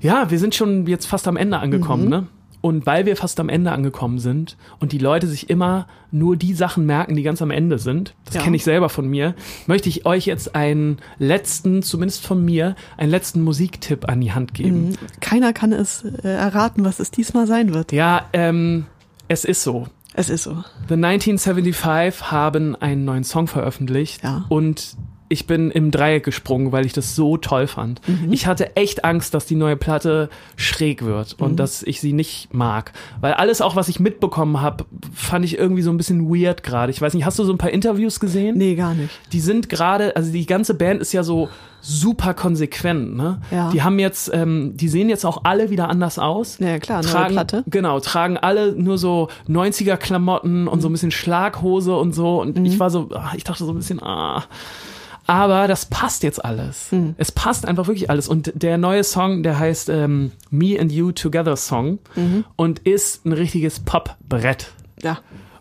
Speaker 2: ja, wir sind schon jetzt fast am Ende angekommen, ne? Und weil wir fast am Ende angekommen sind und die Leute sich immer nur die Sachen merken, die ganz am Ende sind, das
Speaker 3: Ja.
Speaker 2: kenne ich selber von mir, möchte ich euch jetzt einen letzten, zumindest von mir, einen letzten Musiktipp an die Hand geben.
Speaker 3: Mhm. Keiner kann es äh, erraten, was es diesmal sein wird.
Speaker 2: Ja, ähm, es ist so.
Speaker 3: Es ist so.
Speaker 2: The 1975 haben einen neuen Song veröffentlicht
Speaker 3: Ja.
Speaker 2: und ich bin im Dreieck gesprungen, weil ich das so toll fand. Ich hatte echt Angst, dass die neue Platte schräg wird und dass ich sie nicht mag, weil alles auch, was ich mitbekommen habe, fand ich irgendwie so ein bisschen weird gerade. Ich weiß nicht, hast du so ein paar Interviews gesehen?
Speaker 3: Nee, gar nicht.
Speaker 2: die sind gerade, also die ganze Band ist ja so super konsequent, ne?
Speaker 3: Ja.
Speaker 2: Die haben jetzt, ähm, die sehen jetzt auch alle wieder anders aus.
Speaker 3: Ja, klar, neue
Speaker 2: tragen,
Speaker 3: Platte.
Speaker 2: Genau, tragen alle nur so 90er-Klamotten und so ein bisschen Schlaghose und so. Und
Speaker 3: Mhm.
Speaker 2: ich war so, ah, ich dachte so ein bisschen, ah. Aber das passt jetzt alles.
Speaker 3: Mhm.
Speaker 2: Es passt einfach wirklich alles. Und der neue Song, der heißt ähm, Me and You Together Song
Speaker 3: Mhm.
Speaker 2: und ist ein richtiges Popbrett.
Speaker 3: Ja.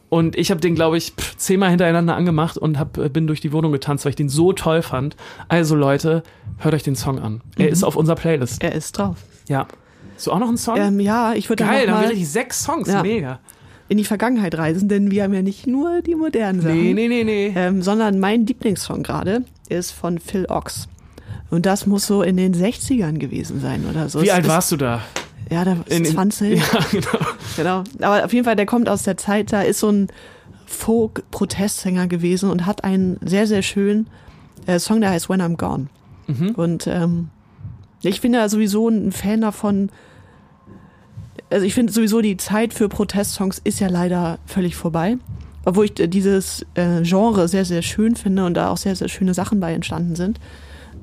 Speaker 2: Und ich habe den, glaube ich, pff, zehnmal hintereinander angemacht und hab, äh, bin durch die Wohnung getanzt, weil ich den so toll fand. Also Leute, hört euch den Song an. Er
Speaker 3: Mhm.
Speaker 2: ist auf unserer Playlist.
Speaker 3: Er ist drauf.
Speaker 2: Ja. Hast du auch noch einen Song?
Speaker 3: Ähm, ja, ich würde
Speaker 2: Geil,
Speaker 3: dann
Speaker 2: da haben
Speaker 3: noch
Speaker 2: wir
Speaker 3: mal
Speaker 2: richtig sechs Songs.
Speaker 3: Ja.
Speaker 2: Mega.
Speaker 3: in die Vergangenheit reisen, denn wir haben ja nicht nur die modernen Sachen.
Speaker 2: Nee, nee, nee, nee.
Speaker 3: Ähm, sondern mein Lieblingssong gerade ist von Phil Ochs. Und das muss so in den 60ern gewesen sein oder so.
Speaker 2: Wie
Speaker 3: Es
Speaker 2: alt
Speaker 3: ist-
Speaker 2: warst du da? <laughs>
Speaker 3: Ja, da
Speaker 2: In-
Speaker 3: in, 20.
Speaker 2: Ja, genau.
Speaker 3: Genau. Aber auf jeden Fall, der kommt aus der Zeit, da ist so ein Folk-Protestsänger gewesen und hat einen sehr, sehr schönen äh, Song, der heißt When I'm Gone. Und ähm, ich bin ja sowieso ein Fan davon. Also ich finde sowieso, die Zeit für Protestsongs ist ja leider völlig vorbei. Obwohl ich äh, dieses äh, Genre sehr, sehr schön finde und da auch sehr, sehr schöne Sachen bei entstanden sind.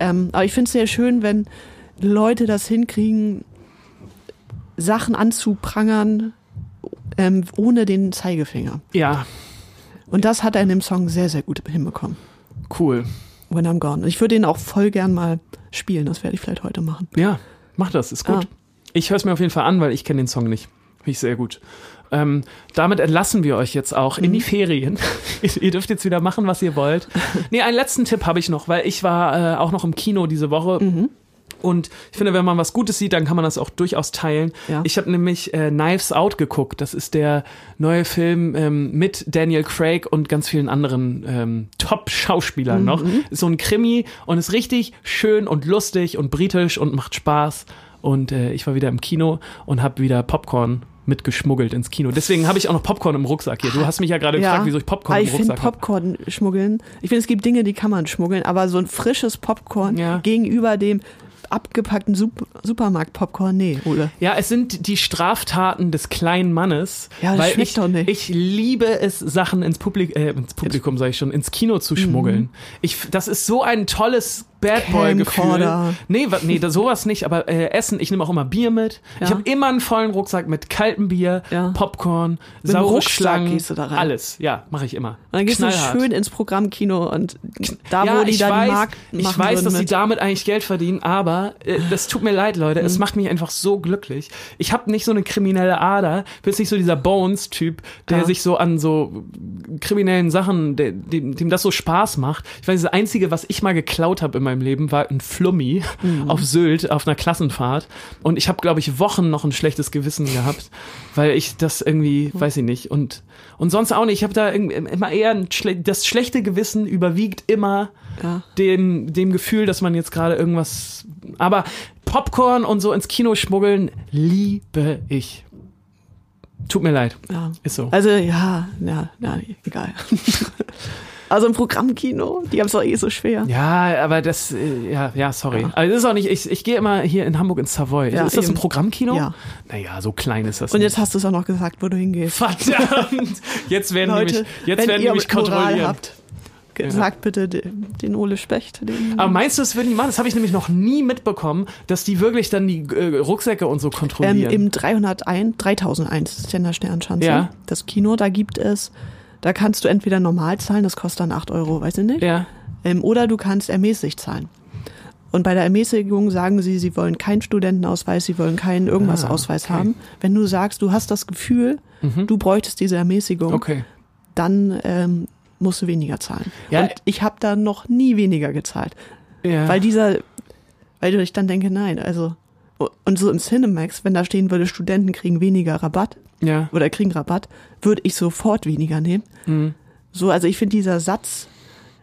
Speaker 3: Ähm, aber ich finde es sehr schön, wenn Leute das hinkriegen, Sachen anzuprangern, ähm, ohne den Zeigefinger.
Speaker 2: Ja,
Speaker 3: Und das hat er in dem Song sehr, sehr gut hinbekommen.
Speaker 2: cool.
Speaker 3: When I'm Gone. Ich würde ihn auch voll gern mal spielen. Das werde ich vielleicht heute machen.
Speaker 2: Ja, mach das, ist gut.
Speaker 3: Ah.
Speaker 2: Ich höre es mir auf jeden Fall an, weil ich kenne den Song nicht. Finde ich sehr gut. Ähm, damit entlassen wir euch jetzt auch in die Ferien. ihr, ihr dürft jetzt wieder machen, was ihr wollt. Nee, einen letzten Tipp habe ich noch, weil ich war äh, auch noch im Kino diese Woche. Und ich finde, wenn man was Gutes sieht, dann kann man das auch durchaus teilen.
Speaker 3: Ja.
Speaker 2: Ich habe nämlich äh, Knives Out geguckt. Das ist der neue Film ähm, mit Daniel Craig und ganz vielen anderen ähm, Top-Schauspielern noch.
Speaker 3: Mhm.
Speaker 2: Ist so ein Krimi und ist richtig schön und lustig und britisch und macht Spaß. Und äh, ich war wieder im Kino und habe wieder Popcorn mitgeschmuggelt ins Kino. Deswegen habe ich auch noch Popcorn im Rucksack hier. Du hast mich ja gerade gefragt, wieso ich Popcorn
Speaker 3: aber
Speaker 2: im
Speaker 3: Ah, ich finde
Speaker 2: Rucksack habe.
Speaker 3: Popcorn schmuggeln. Ich finde, es gibt Dinge, die kann man schmuggeln, aber so ein frisches Popcorn
Speaker 2: Ja.
Speaker 3: gegenüber dem abgepackten Sup Supermarkt-Popcorn. Nee, Ole.
Speaker 2: Ja, es sind die Straftaten des kleinen Mannes.
Speaker 3: Ja, das
Speaker 2: weil
Speaker 3: schmeckt
Speaker 2: ich,
Speaker 3: doch nicht.
Speaker 2: Ich liebe es, Sachen ins, Publik äh, ins Publikum, sage ich schon, ins Kino
Speaker 3: Mhm.
Speaker 2: zu schmuggeln. Ich, f- das ist so ein tolles Bad Boy-Gefühl.
Speaker 3: Camcorder.
Speaker 2: Nee, wa- nee, da- sowas nicht, aber äh, Essen, ich nehme auch immer Bier mit. Ich
Speaker 3: Ja.
Speaker 2: habe immer einen vollen Rucksack mit kaltem Bier,
Speaker 3: Ja.
Speaker 2: Popcorn,
Speaker 3: dem
Speaker 2: Sauerschlangen,
Speaker 3: Rucksack gehst du da rein.
Speaker 2: alles. Ja, mache ich immer.
Speaker 3: Und dann gehst du
Speaker 2: Knallhart.
Speaker 3: schön ins Programmkino und da,
Speaker 2: ja,
Speaker 3: wo die
Speaker 2: ich
Speaker 3: dann
Speaker 2: weiß,
Speaker 3: Markt machen
Speaker 2: ich weiß,
Speaker 3: würden
Speaker 2: dass sie
Speaker 3: mit.
Speaker 2: damit eigentlich Geld verdienen, aber äh, das tut mir leid, Leute.
Speaker 3: Mhm.
Speaker 2: Es macht mich einfach so glücklich. Ich habe nicht so eine kriminelle Ader, bin nicht so dieser Bones-Typ, der
Speaker 3: Ja.
Speaker 2: sich so an so kriminellen Sachen, der, dem, dem das so Spaß macht. Ich weiß, das Einzige, was ich mal geklaut habe in meinem Leben, war ein Flummi auf Sylt auf einer Klassenfahrt. Und ich habe, glaube ich, Wochen noch ein schlechtes Gewissen gehabt, weil ich das irgendwie, weiß ich nicht, und und sonst auch nicht. Ich habe da irgendwie immer eher ein, schle- das schlechte Gewissen überwiegt immer
Speaker 3: Ja.
Speaker 2: dem, dem Gefühl, dass man jetzt gerade irgendwas. Aber Popcorn und so ins Kino schmuggeln liebe ich. Tut mir leid.
Speaker 3: Ja.
Speaker 2: Ist so.
Speaker 3: Also ja, ja, ja, egal. <laughs> also im Programmkino, die haben es doch eh so schwer.
Speaker 2: Ja, aber das, äh, ja, ja, sorry.
Speaker 3: Ja.
Speaker 2: Aber das ist auch nicht, ich, ich gehe immer hier in Hamburg ins Savoy.
Speaker 3: Ja,
Speaker 2: ist das ein
Speaker 3: eben.
Speaker 2: Programmkino?
Speaker 3: Ja.
Speaker 2: Naja, so klein ist das.
Speaker 3: Und jetzt
Speaker 2: nicht.
Speaker 3: hast du es auch noch gesagt, wo du
Speaker 2: <laughs>
Speaker 3: hingehst.
Speaker 2: Verdammt! Jetzt werden die
Speaker 3: Leute,
Speaker 2: mich, jetzt
Speaker 3: wenn
Speaker 2: werden
Speaker 3: ihr
Speaker 2: die mich
Speaker 3: Moral
Speaker 2: kontrollieren.
Speaker 3: habt, ge- sagt bitte den, den Ole Specht. Den,
Speaker 2: Aber meinst du, das würden die machen? Das habe ich nämlich noch nie mitbekommen, dass die wirklich dann die äh, Rucksäcke und so
Speaker 3: ähm,
Speaker 2: kontrollieren.
Speaker 3: Im 301, 3001 Sender Sternschanze,
Speaker 2: Ja.
Speaker 3: das Kino, da gibt es, da kannst du entweder normal zahlen, das kostet dann 8 Euro, weiß ich nicht.
Speaker 2: ja.
Speaker 3: Ähm, oder du kannst ermäßigt zahlen. Und bei der Ermäßigung sagen sie, sie wollen keinen Studentenausweis, sie wollen keinen irgendwas
Speaker 2: Ah,
Speaker 3: Ausweis haben. Wenn du sagst, du hast das Gefühl, du bräuchtest diese Ermäßigung,
Speaker 2: Mhm. Okay.
Speaker 3: dann ähm, musst du weniger zahlen.
Speaker 2: Ja,
Speaker 3: Und ich habe da noch nie weniger gezahlt.
Speaker 2: Ja.
Speaker 3: Weil dieser, weil ich dann denke, nein, also. Und so im Cinemax, wenn da stehen würde, Studenten kriegen weniger Rabatt
Speaker 2: ja.
Speaker 3: oder kriegen Rabatt, würde ich sofort weniger nehmen.
Speaker 2: Mhm.
Speaker 3: So, also ich finde dieser Satz,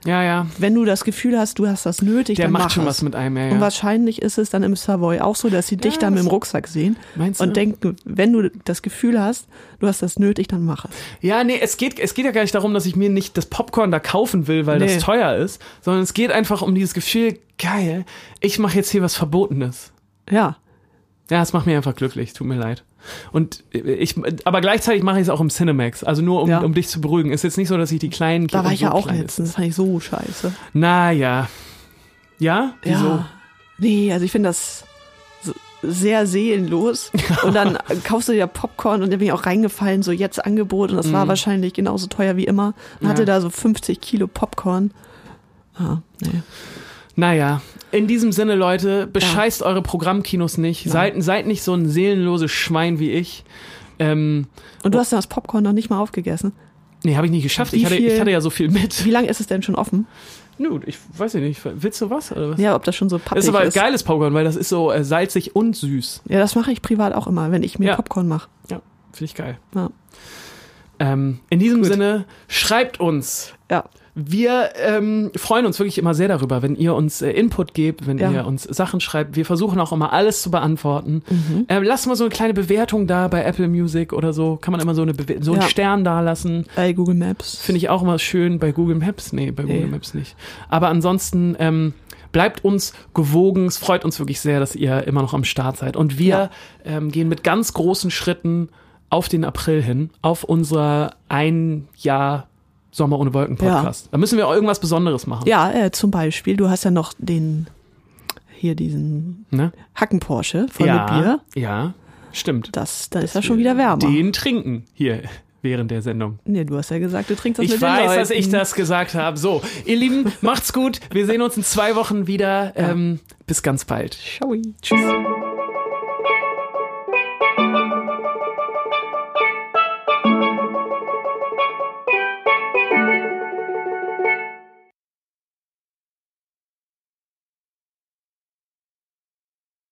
Speaker 2: Ja, ja.
Speaker 3: wenn du das Gefühl hast, du hast das nötig,
Speaker 2: Der
Speaker 3: dann
Speaker 2: macht
Speaker 3: mach
Speaker 2: schon
Speaker 3: es.
Speaker 2: was mit einem, ja,
Speaker 3: Und
Speaker 2: ja.
Speaker 3: wahrscheinlich ist es dann im Savoy auch so, dass sie dich da mit dem Rucksack sehen
Speaker 2: Meinst du?
Speaker 3: und denken, wenn du das Gefühl hast, du hast das nötig, dann mach es.
Speaker 2: Ja, nee, es geht, es geht ja gar nicht darum, dass ich mir nicht das Popcorn da kaufen will, weil
Speaker 3: Nee.
Speaker 2: das teuer ist, sondern es geht einfach um dieses Gefühl, geil, ich mache jetzt hier was Verbotenes.
Speaker 3: Ja,
Speaker 2: Ja, es macht mich einfach glücklich, tut mir leid. Und ich, aber gleichzeitig mache ich es auch im Cinemax, also nur um,
Speaker 3: Ja.
Speaker 2: um dich zu beruhigen. Ist jetzt nicht so, dass ich die kleinen
Speaker 3: da
Speaker 2: Kinder
Speaker 3: war ich
Speaker 2: so
Speaker 3: ja auch
Speaker 2: klein
Speaker 3: letztens, das fand ich so scheiße.
Speaker 2: ist. Naja. Ja? Wieso?
Speaker 3: Ja. Nee, also ich finde das so- sehr seelenlos.
Speaker 2: <laughs>
Speaker 3: Und dann kaufst du dir Popcorn und da bin ich auch reingefallen, so jetzt Angebot und das war wahrscheinlich genauso teuer wie immer. Und hatte
Speaker 2: Mhm. Ja.
Speaker 3: da so 50 Kilo Popcorn. Ah, nee.
Speaker 2: Naja, in diesem Sinne, Leute, bescheißt eure Programmkinos nicht. Seid, seid nicht so ein seelenloses Schwein wie ich. Ähm,
Speaker 3: Und du hast ja das Popcorn noch nicht mal aufgegessen.
Speaker 2: nee, habe ich nicht geschafft.
Speaker 3: Wie
Speaker 2: Ich hatte, ich
Speaker 3: viel-
Speaker 2: hatte ja so viel mit.
Speaker 3: Wie lange ist es denn schon offen?
Speaker 2: Nun, ich weiß ja nicht. Willst du was? Oder was?
Speaker 3: Ja, ob das schon so pappig
Speaker 2: ist aber geiles Popcorn, weil das ist so äh, salzig und süß.
Speaker 3: Ja, das mache ich privat auch immer, wenn ich mir
Speaker 2: Ja.
Speaker 3: Popcorn mache.
Speaker 2: Ja, finde ich geil.
Speaker 3: Ja.
Speaker 2: Ähm, in diesem Sinne, schreibt uns.
Speaker 3: ja.
Speaker 2: Wir ähm, freuen uns wirklich immer sehr darüber, wenn ihr uns äh, Input gebt, wenn
Speaker 3: Ja.
Speaker 2: ihr uns Sachen schreibt. Wir versuchen auch immer alles zu beantworten.
Speaker 3: Mhm.
Speaker 2: Ähm, lasst mal so eine kleine Bewertung da bei Apple Music oder so. Kann man immer so, eine Bewe so
Speaker 3: Ja.
Speaker 2: einen Stern da lassen.
Speaker 3: Bei Google Maps.
Speaker 2: Finde ich auch immer schön. Bei Google Maps, nee, bei Google
Speaker 3: Nee.
Speaker 2: Maps nicht. Aber ansonsten ähm, bleibt uns gewogen. Es freut uns wirklich sehr, dass ihr immer noch am Start seid. Und wir ähm, gehen mit ganz großen Schritten auf den April hin, auf unser ein Jahr Sommer ohne Wolken Podcast. Da müssen wir auch irgendwas Besonderes machen.
Speaker 3: Ja, äh, zum Beispiel, du hast ja noch den, hier diesen
Speaker 2: Ne?
Speaker 3: Hacken Porsche voll mit Bier.
Speaker 2: ja, stimmt.
Speaker 3: Das, da ist ja schon wieder wärmer.
Speaker 2: Den trinken hier während der Sendung.
Speaker 3: nee, du hast ja gesagt, du trinkst das
Speaker 2: ich
Speaker 3: mit den
Speaker 2: weiß, dass
Speaker 3: Leuten.
Speaker 2: ich das gesagt habe. So, ihr Lieben, macht's gut. Wir sehen uns in zwei Wochen wieder. Ähm, bis ganz bald.
Speaker 3: Schaui.
Speaker 2: Tschüss.